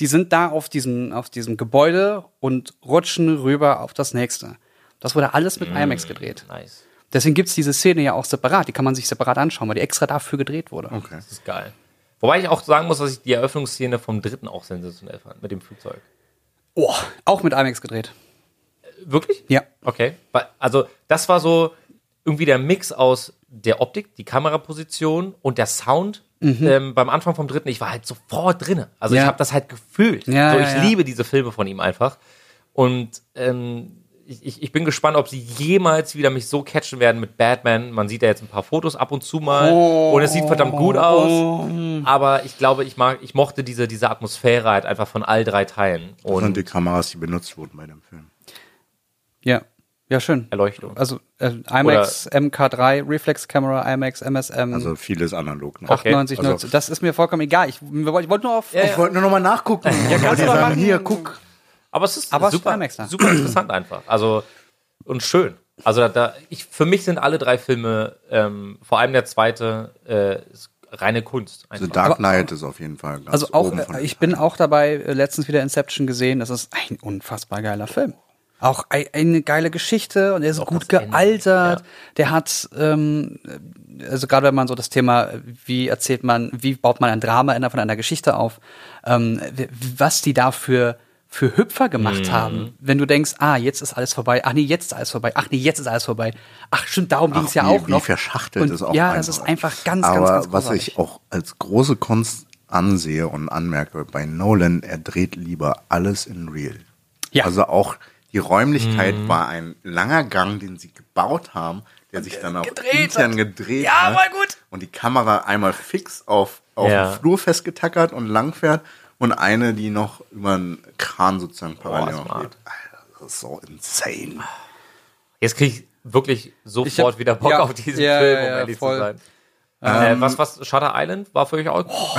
[SPEAKER 1] die sind da auf diesem, auf diesem Gebäude und rutschen rüber auf das nächste. Das wurde alles mit IMAX gedreht.
[SPEAKER 4] Nice.
[SPEAKER 1] Deswegen gibt's diese Szene ja auch separat, die kann man sich separat anschauen, weil die extra dafür gedreht wurde.
[SPEAKER 3] Okay.
[SPEAKER 4] Das ist geil. Wobei ich auch sagen muss, dass ich die Eröffnungsszene vom dritten auch sensationell fand, mit dem Flugzeug.
[SPEAKER 1] Oh, auch mit IMAX gedreht.
[SPEAKER 4] Wirklich?
[SPEAKER 1] Ja.
[SPEAKER 4] Okay. Weil- Also, das war so irgendwie der Mix aus der Optik, die Kameraposition und der Sound. Ähm, beim Anfang vom dritten, ich war halt sofort drinne. Also, ich
[SPEAKER 1] Mhm. Ja.
[SPEAKER 4] habe das halt gefühlt.
[SPEAKER 1] Ja,
[SPEAKER 4] so,
[SPEAKER 1] ja,
[SPEAKER 4] ich
[SPEAKER 1] ja.
[SPEAKER 4] liebe diese Filme von ihm einfach. Und ähm, ich, ich, ich bin gespannt, ob sie jemals wieder mich so catchen werden mit Batman. Man sieht ja jetzt ein paar Fotos ab und zu mal. und es sieht verdammt gut aus.
[SPEAKER 1] Oh.
[SPEAKER 4] Aber ich glaube, ich, mag, ich mochte diese, diese Atmosphäre halt einfach von all drei Teilen.
[SPEAKER 3] Das sind
[SPEAKER 4] Und
[SPEAKER 3] die Kameras, die benutzt wurden bei dem Film.
[SPEAKER 1] Ja. Ja, schön.
[SPEAKER 4] Erleuchtung.
[SPEAKER 1] Also äh, IMAX, MK3, Reflex Camera, IMAX, MSM,
[SPEAKER 3] Also vieles analog. Ne?
[SPEAKER 4] Okay.
[SPEAKER 1] 98,
[SPEAKER 3] Also-
[SPEAKER 1] 90. Das ist mir vollkommen egal. Ich, wir wollten- ich wollte nur auf.
[SPEAKER 3] Ich wollte nur noch mal nachgucken. Ja,
[SPEAKER 1] kannst du mal machen.
[SPEAKER 3] hier, guck.
[SPEAKER 4] Aber es ist
[SPEAKER 1] Aber es ist ne?
[SPEAKER 4] super,
[SPEAKER 1] IMAX da.
[SPEAKER 4] super interessant einfach. Also und schön. Also da, da ich, für mich sind alle drei Filme, ähm, vor allem der zweite, äh, ist reine Kunst. Einfach.
[SPEAKER 3] The Also Dark Knight ist auf jeden Fall ganz
[SPEAKER 1] also auch,
[SPEAKER 3] oben von
[SPEAKER 1] äh, ich bin auch dabei, äh, letztens wieder Inception gesehen. Das ist ein unfassbar geiler Film. Auch ei- eine geile Geschichte und er ist gut
[SPEAKER 4] das Ende,
[SPEAKER 1] gealtert.
[SPEAKER 4] ja.
[SPEAKER 1] Der hat, ähm, also gerade wenn man so das Thema, wie erzählt man, wie baut man ein Drama innerhalb von einer Geschichte auf, ähm, w- was die da für, für Hüpfer
[SPEAKER 3] Mhm.
[SPEAKER 1] gemacht haben. Wenn du denkst, ah, jetzt ist alles vorbei, ach nee, jetzt ist alles vorbei, ach nee, jetzt ist alles vorbei. Ach stimmt, darum ging es ja
[SPEAKER 3] wie,
[SPEAKER 1] auch
[SPEAKER 3] wie
[SPEAKER 1] noch.
[SPEAKER 3] verschachtelt
[SPEAKER 1] Und
[SPEAKER 3] ist auch
[SPEAKER 1] Ja, das
[SPEAKER 3] einfach.
[SPEAKER 1] ist einfach ganz,
[SPEAKER 3] Aber
[SPEAKER 1] ganz, ganz
[SPEAKER 3] was
[SPEAKER 1] großartig.
[SPEAKER 3] ich auch als große Kunst ansehe und anmerke bei Nolan, er dreht lieber alles in real.
[SPEAKER 1] Ja.
[SPEAKER 3] Also auch die Räumlichkeit
[SPEAKER 4] Mhm.
[SPEAKER 3] war ein langer Gang, den sie gebaut haben, der sich dann auch
[SPEAKER 1] gedreht
[SPEAKER 3] intern
[SPEAKER 1] hat.
[SPEAKER 3] gedreht
[SPEAKER 1] Ja,
[SPEAKER 3] hat.
[SPEAKER 1] war gut.
[SPEAKER 3] Und die Kamera einmal fix auf, auf
[SPEAKER 4] Ja.
[SPEAKER 3] den Flur festgetackert und langfährt und eine, die noch über einen Kran sozusagen parallel noch
[SPEAKER 4] smart.
[SPEAKER 3] geht. Alter, das ist so insane.
[SPEAKER 4] Jetzt kriege ich wirklich
[SPEAKER 1] Ich hab-
[SPEAKER 4] sofort wieder Bock
[SPEAKER 1] ja,
[SPEAKER 4] auf diesen
[SPEAKER 1] ja,
[SPEAKER 4] Film, um
[SPEAKER 1] ja, ja,
[SPEAKER 4] ehrlich
[SPEAKER 1] voll. Ähm.
[SPEAKER 4] zu sein. Äh, was, was, Shutter Island war für euch auch?
[SPEAKER 1] Oh.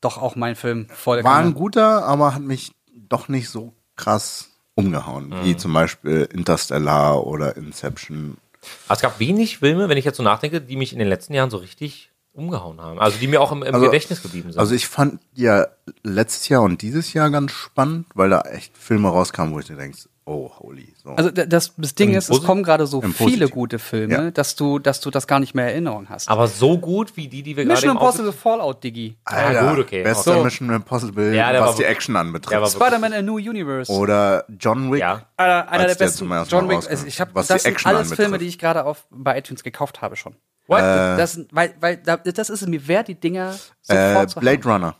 [SPEAKER 1] Doch auch mein Film voll.
[SPEAKER 3] War ein guter, aber hat mich doch nicht so krass umgehauen,
[SPEAKER 4] Mhm.
[SPEAKER 3] wie zum Beispiel Interstellar oder Inception.
[SPEAKER 4] Aber Also, es gab wenig Filme, wenn ich jetzt so nachdenke, die mich in den letzten Jahren so richtig umgehauen haben. Also die mir auch im, im
[SPEAKER 3] Also-
[SPEAKER 4] Gedächtnis geblieben sind.
[SPEAKER 3] Also ich fand ja letztes Jahr und dieses Jahr ganz spannend, weil da echt Filme rauskamen, wo ich dir denkst, oh holy. So.
[SPEAKER 1] Also d- das, das Ding ist, es
[SPEAKER 4] Posi-
[SPEAKER 1] kommen gerade so
[SPEAKER 3] im
[SPEAKER 1] viele
[SPEAKER 3] Positiven.
[SPEAKER 1] gute Filme,
[SPEAKER 3] Ja.
[SPEAKER 1] dass du, dass du das gar nicht mehr in Erinnerung hast.
[SPEAKER 4] aber so gut wie die, die wir gerade
[SPEAKER 1] Mission
[SPEAKER 4] im Auto-
[SPEAKER 1] Impossible Fallout, Diggi.
[SPEAKER 4] Ah, gut, okay.
[SPEAKER 3] Bester
[SPEAKER 4] So.
[SPEAKER 3] Mission Impossible,
[SPEAKER 4] Ja, der
[SPEAKER 3] was
[SPEAKER 4] war
[SPEAKER 3] die
[SPEAKER 4] wirklich-
[SPEAKER 3] Action
[SPEAKER 4] der war
[SPEAKER 3] anbetrifft.
[SPEAKER 4] wirklich-
[SPEAKER 1] Spider-Man A New Universe.
[SPEAKER 3] Oder John Wick.
[SPEAKER 4] Ja.
[SPEAKER 1] einer, einer der
[SPEAKER 3] als der
[SPEAKER 1] besten
[SPEAKER 3] zum ersten
[SPEAKER 1] John
[SPEAKER 3] Mal
[SPEAKER 1] Wick.
[SPEAKER 3] rauskam.
[SPEAKER 1] Also ich hab,
[SPEAKER 3] Was
[SPEAKER 1] das
[SPEAKER 3] die
[SPEAKER 1] sind
[SPEAKER 3] Action
[SPEAKER 1] alles Filme,
[SPEAKER 3] anbetrifft. Äh.
[SPEAKER 1] die ich gerade auf bei iTunes gekauft habe schon.
[SPEAKER 4] What?
[SPEAKER 1] das sind, weil, weil da- das ist es mir wert, die Dinger sofort
[SPEAKER 3] Äh,
[SPEAKER 1] zu
[SPEAKER 3] Blade
[SPEAKER 1] haben.
[SPEAKER 3] Runner.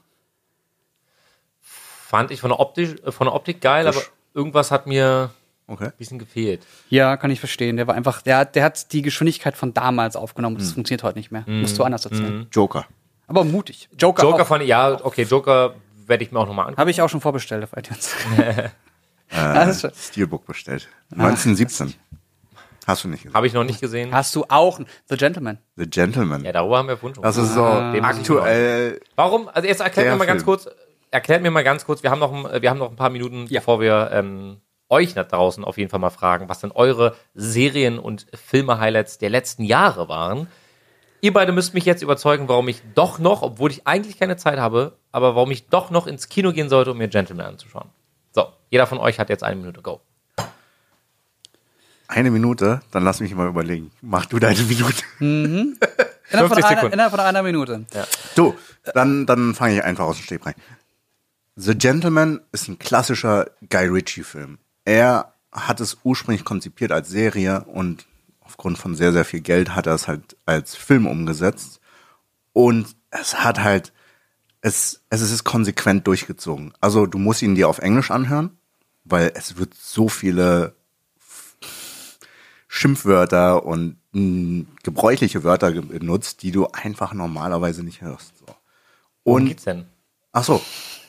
[SPEAKER 4] Fand ich von der Optik, von der Optik geil, aber irgendwas hat mir
[SPEAKER 3] Okay.
[SPEAKER 4] ein bisschen gefehlt.
[SPEAKER 1] Ja, kann ich verstehen. Der war einfach, der, hat- der hat die Geschwindigkeit von damals aufgenommen.
[SPEAKER 3] Mhm.
[SPEAKER 1] Das funktioniert heute nicht mehr. Musst du anders erzählen.
[SPEAKER 3] Joker.
[SPEAKER 1] Aber mutig. Joker,
[SPEAKER 4] Joker
[SPEAKER 1] auch.
[SPEAKER 4] fand ich, ja, okay, Joker werde ich mir auch nochmal angucken.
[SPEAKER 1] Habe ich auch schon vorbestellt auf iTunes.
[SPEAKER 3] Äh.
[SPEAKER 1] Also, Alles schon.
[SPEAKER 3] Steelbook bestellt.
[SPEAKER 4] Ah.
[SPEAKER 3] 1917. Hast du nicht gesehen.
[SPEAKER 4] Habe ich noch nicht gesehen.
[SPEAKER 1] Hast du auch The Gentleman?
[SPEAKER 3] The Gentleman.
[SPEAKER 4] Ja, darüber haben wir vorhin schon.
[SPEAKER 3] Das ist so
[SPEAKER 1] Ah.
[SPEAKER 4] den muss ich
[SPEAKER 3] aktuell
[SPEAKER 4] Warum? Also jetzt erklärt
[SPEAKER 3] Der
[SPEAKER 4] mir mal ganz
[SPEAKER 3] Film.
[SPEAKER 4] kurz, erklärt mir mal ganz kurz, wir haben noch, ein- wir haben noch ein paar Minuten,
[SPEAKER 1] Ja.
[SPEAKER 4] bevor wir ähm, euch da draußen auf jeden Fall mal fragen, was denn eure Serien- und Filme-Highlights der letzten Jahre waren. Ihr beide müsst mich jetzt überzeugen, warum ich doch noch, obwohl ich eigentlich keine Zeit habe, aber warum ich doch noch ins Kino gehen sollte, um mir Gentleman anzuschauen. So, jeder von euch hat jetzt eine Minute. Go.
[SPEAKER 3] Eine Minute, dann lass mich mal überlegen. Mach du deine Minute.
[SPEAKER 1] Innerhalb von,
[SPEAKER 4] 50
[SPEAKER 1] einer,
[SPEAKER 4] Sekunden.
[SPEAKER 1] innerhalb von einer Minute.
[SPEAKER 3] So, dann, dann fange ich einfach aus dem Stehbrein. The Gentleman ist ein klassischer Guy Ritchie-Film. Er hat es ursprünglich konzipiert als Serie und aufgrund von sehr, sehr viel Geld hat er es halt als Film umgesetzt. Und es hat halt, es, es ist konsequent durchgezogen. Also du musst ihn dir auf Englisch anhören, weil es wird so viele Schimpfwörter und mh, gebräuchliche Wörter ge- benutzt, die du einfach normalerweise nicht hörst. So.
[SPEAKER 4] Worum
[SPEAKER 3] Und
[SPEAKER 4] geht's denn?
[SPEAKER 3] ach so,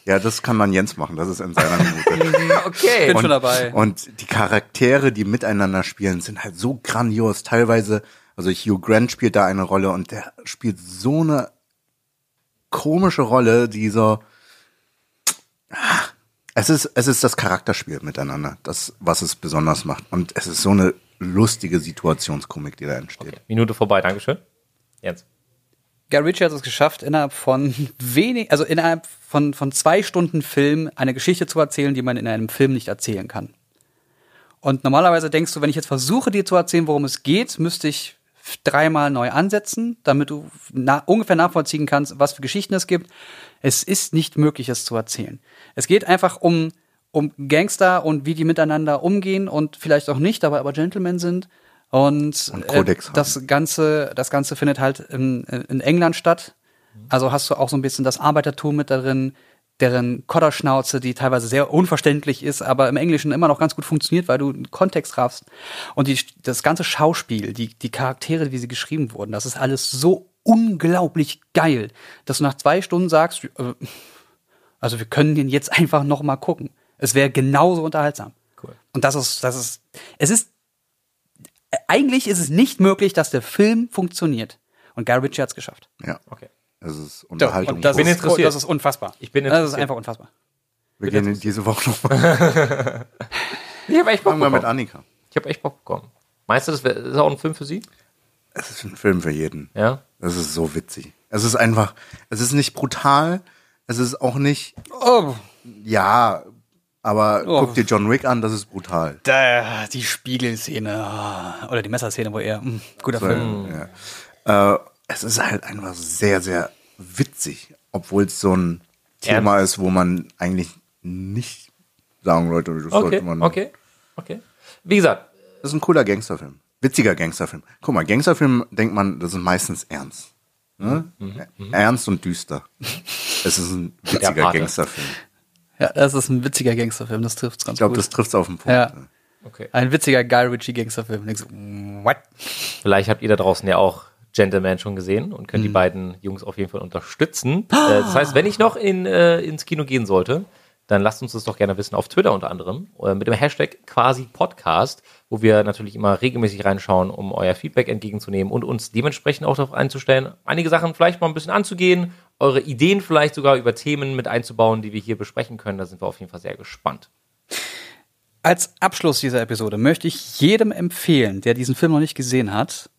[SPEAKER 3] ja, das kann dann Jens machen. Das ist in seiner Minute.
[SPEAKER 4] Okay.
[SPEAKER 1] Bin schon dabei.
[SPEAKER 3] Und die Charaktere, die miteinander spielen, sind halt so grandios. Teilweise, also Hugh Grant spielt da eine Rolle und der spielt so eine komische Rolle, die so. Es ist, es ist das Charakterspiel miteinander, das, was es besonders macht. Und es ist so eine lustige Situationskomik, die da entsteht.
[SPEAKER 4] Minute vorbei, Dankeschön. Jens.
[SPEAKER 1] Guy Ritchie hat es geschafft, innerhalb von wenig, also innerhalb von, von zwei Stunden Film eine Geschichte zu erzählen, die man in einem Film nicht erzählen kann. Und normalerweise denkst du, wenn ich jetzt versuche, dir zu erzählen, worum es geht, müsste ich dreimal neu ansetzen, damit du na ungefähr nachvollziehen kannst, was für Geschichten es gibt. Es ist nicht möglich, es zu erzählen. Es geht einfach um, um Gangster und wie die miteinander umgehen und vielleicht auch nicht, dabei aber Gentlemen sind. Und,
[SPEAKER 3] Und Kodex
[SPEAKER 1] äh, das Ganze, das Ganze findet halt in, in England statt. Also hast du auch so ein bisschen das Arbeitertum mit darin, deren Kodderschnauze, die teilweise sehr unverständlich ist, aber im Englischen immer noch ganz gut funktioniert, weil du einen Kontext raffst. Und die, das ganze Schauspiel, die, die Charaktere, wie sie geschrieben wurden, das ist alles so unglaublich geil, dass du nach zwei Stunden sagst, äh, also wir können den jetzt einfach noch mal gucken. Es wäre genauso unterhaltsam.
[SPEAKER 4] Cool.
[SPEAKER 1] Und das ist, das ist, es ist eigentlich ist es nicht möglich, dass der Film funktioniert. Und Guy Ritchie hat's geschafft.
[SPEAKER 3] Ja.
[SPEAKER 4] Okay.
[SPEAKER 3] Es ist
[SPEAKER 1] So,
[SPEAKER 3] Unterhaltung.
[SPEAKER 1] und das,
[SPEAKER 4] Bin
[SPEAKER 1] ist,
[SPEAKER 4] interessiert.
[SPEAKER 1] das ist unfassbar.
[SPEAKER 4] Ich bin
[SPEAKER 1] das ist
[SPEAKER 4] interessiert.
[SPEAKER 1] einfach unfassbar.
[SPEAKER 3] Wir gehen in diese Woche nochmal.
[SPEAKER 4] Ich habe echt Bock
[SPEAKER 3] Fangen wir mit
[SPEAKER 4] bekommen.
[SPEAKER 3] Annika.
[SPEAKER 4] Ich habe echt Bock bekommen. Meinst du, das wär, ist auch ein Film für Sie?
[SPEAKER 3] Es ist ein Film für jeden.
[SPEAKER 4] Ja.
[SPEAKER 3] Es ist so witzig. Es ist einfach, es ist nicht brutal. Es ist auch nicht,
[SPEAKER 1] Oh,
[SPEAKER 3] ja, aber
[SPEAKER 1] Oh.
[SPEAKER 3] guck dir John Wick an, das ist brutal.
[SPEAKER 1] da, die Spiegelszene oh, oder die Messerszene, wo er mh, guter
[SPEAKER 3] Weil,
[SPEAKER 1] Film.
[SPEAKER 4] Mhm.
[SPEAKER 3] ja. äh, es ist halt einfach sehr, sehr witzig, obwohl es so ein Thema ist, wo man eigentlich nicht sagen Leute, das
[SPEAKER 4] Okay.
[SPEAKER 3] sollte man.
[SPEAKER 4] Okay. Okay. Wie gesagt,
[SPEAKER 3] Das ist ein cooler Gangsterfilm. Witziger Gangsterfilm. Guck mal, Gangsterfilm denkt man, das ist meistens ernst. Ne?
[SPEAKER 4] Mhm,
[SPEAKER 3] Ernst und düster. es ist ein
[SPEAKER 4] Der
[SPEAKER 3] witziger
[SPEAKER 4] Pate.
[SPEAKER 3] Gangsterfilm.
[SPEAKER 1] Ja, das ist ein witziger Gangsterfilm, das trifft's ganz
[SPEAKER 3] Ich glaube,
[SPEAKER 1] gut.
[SPEAKER 3] das trifft es auf den Punkt.
[SPEAKER 1] Ja.
[SPEAKER 3] ne?
[SPEAKER 4] okay.
[SPEAKER 1] ein witziger Guy Ritchie Gangsterfilm. Denkst du, mm, What?
[SPEAKER 4] Vielleicht habt ihr da draußen ja auch Gentleman schon gesehen und könnt die beiden Jungs auf jeden Fall unterstützen. Äh, das heißt, wenn ich noch in, äh, ins Kino gehen sollte, dann lasst uns das doch gerne wissen auf Twitter unter anderem äh, mit dem Hashtag quasi Podcast, wo wir natürlich immer regelmäßig reinschauen, um euer Feedback entgegenzunehmen und uns dementsprechend auch darauf einzustellen, einige Sachen vielleicht mal ein bisschen anzugehen, eure Ideen vielleicht sogar über Themen mit einzubauen, die wir hier besprechen können. Da sind wir auf jeden Fall sehr gespannt.
[SPEAKER 1] Als Abschluss dieser Episode möchte ich jedem empfehlen, der diesen Film noch nicht gesehen hat,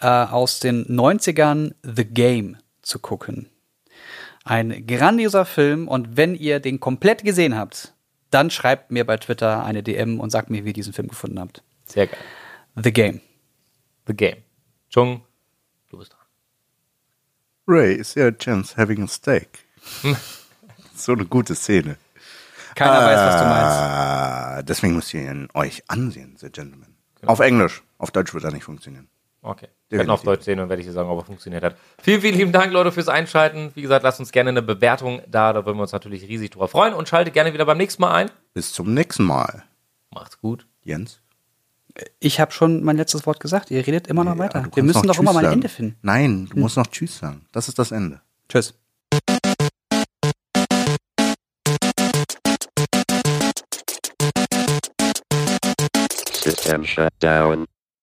[SPEAKER 1] äh, aus den 90ern The Game zu gucken. Ein grandioser Film und wenn ihr den komplett gesehen habt, dann schreibt mir bei Twitter eine DM und sagt mir, wie ihr diesen Film gefunden habt.
[SPEAKER 4] Sehr geil.
[SPEAKER 1] The Game.
[SPEAKER 4] The Game. Chung, du bist dran.
[SPEAKER 3] Ray, is there a chance having a steak? so eine gute Szene.
[SPEAKER 1] Keiner weiß, was du meinst.
[SPEAKER 3] Ah, deswegen müsst ihr ihn euch ansehen, The Gentleman.
[SPEAKER 1] Genau.
[SPEAKER 3] Auf Englisch. Auf Deutsch wird er nicht funktionieren.
[SPEAKER 4] Okay. Wir werden
[SPEAKER 3] Definitiv.
[SPEAKER 4] auf Deutsch sehen und werde ich dir sagen, ob er funktioniert hat. Vielen, vielen lieben Dank, Leute, fürs Einschalten. Wie gesagt, lasst uns gerne eine Bewertung da. Da würden wir uns natürlich riesig drüber freuen. Und schaltet gerne wieder beim nächsten Mal ein.
[SPEAKER 3] Bis zum nächsten Mal,
[SPEAKER 4] Macht's gut.
[SPEAKER 3] Jens.
[SPEAKER 1] Ich habe schon mein letztes Wort gesagt. Ihr redet immer noch
[SPEAKER 3] Ja,
[SPEAKER 1] weiter.
[SPEAKER 3] du
[SPEAKER 1] Wir
[SPEAKER 3] kannst
[SPEAKER 1] müssen
[SPEAKER 3] noch
[SPEAKER 1] doch immer
[SPEAKER 3] Tschüss
[SPEAKER 1] mal ein
[SPEAKER 3] sagen.
[SPEAKER 1] Ende finden. Hm.
[SPEAKER 3] Nein, du musst noch Tschüss sagen. Das ist das Ende.
[SPEAKER 1] Tschüss.
[SPEAKER 2] System shut down.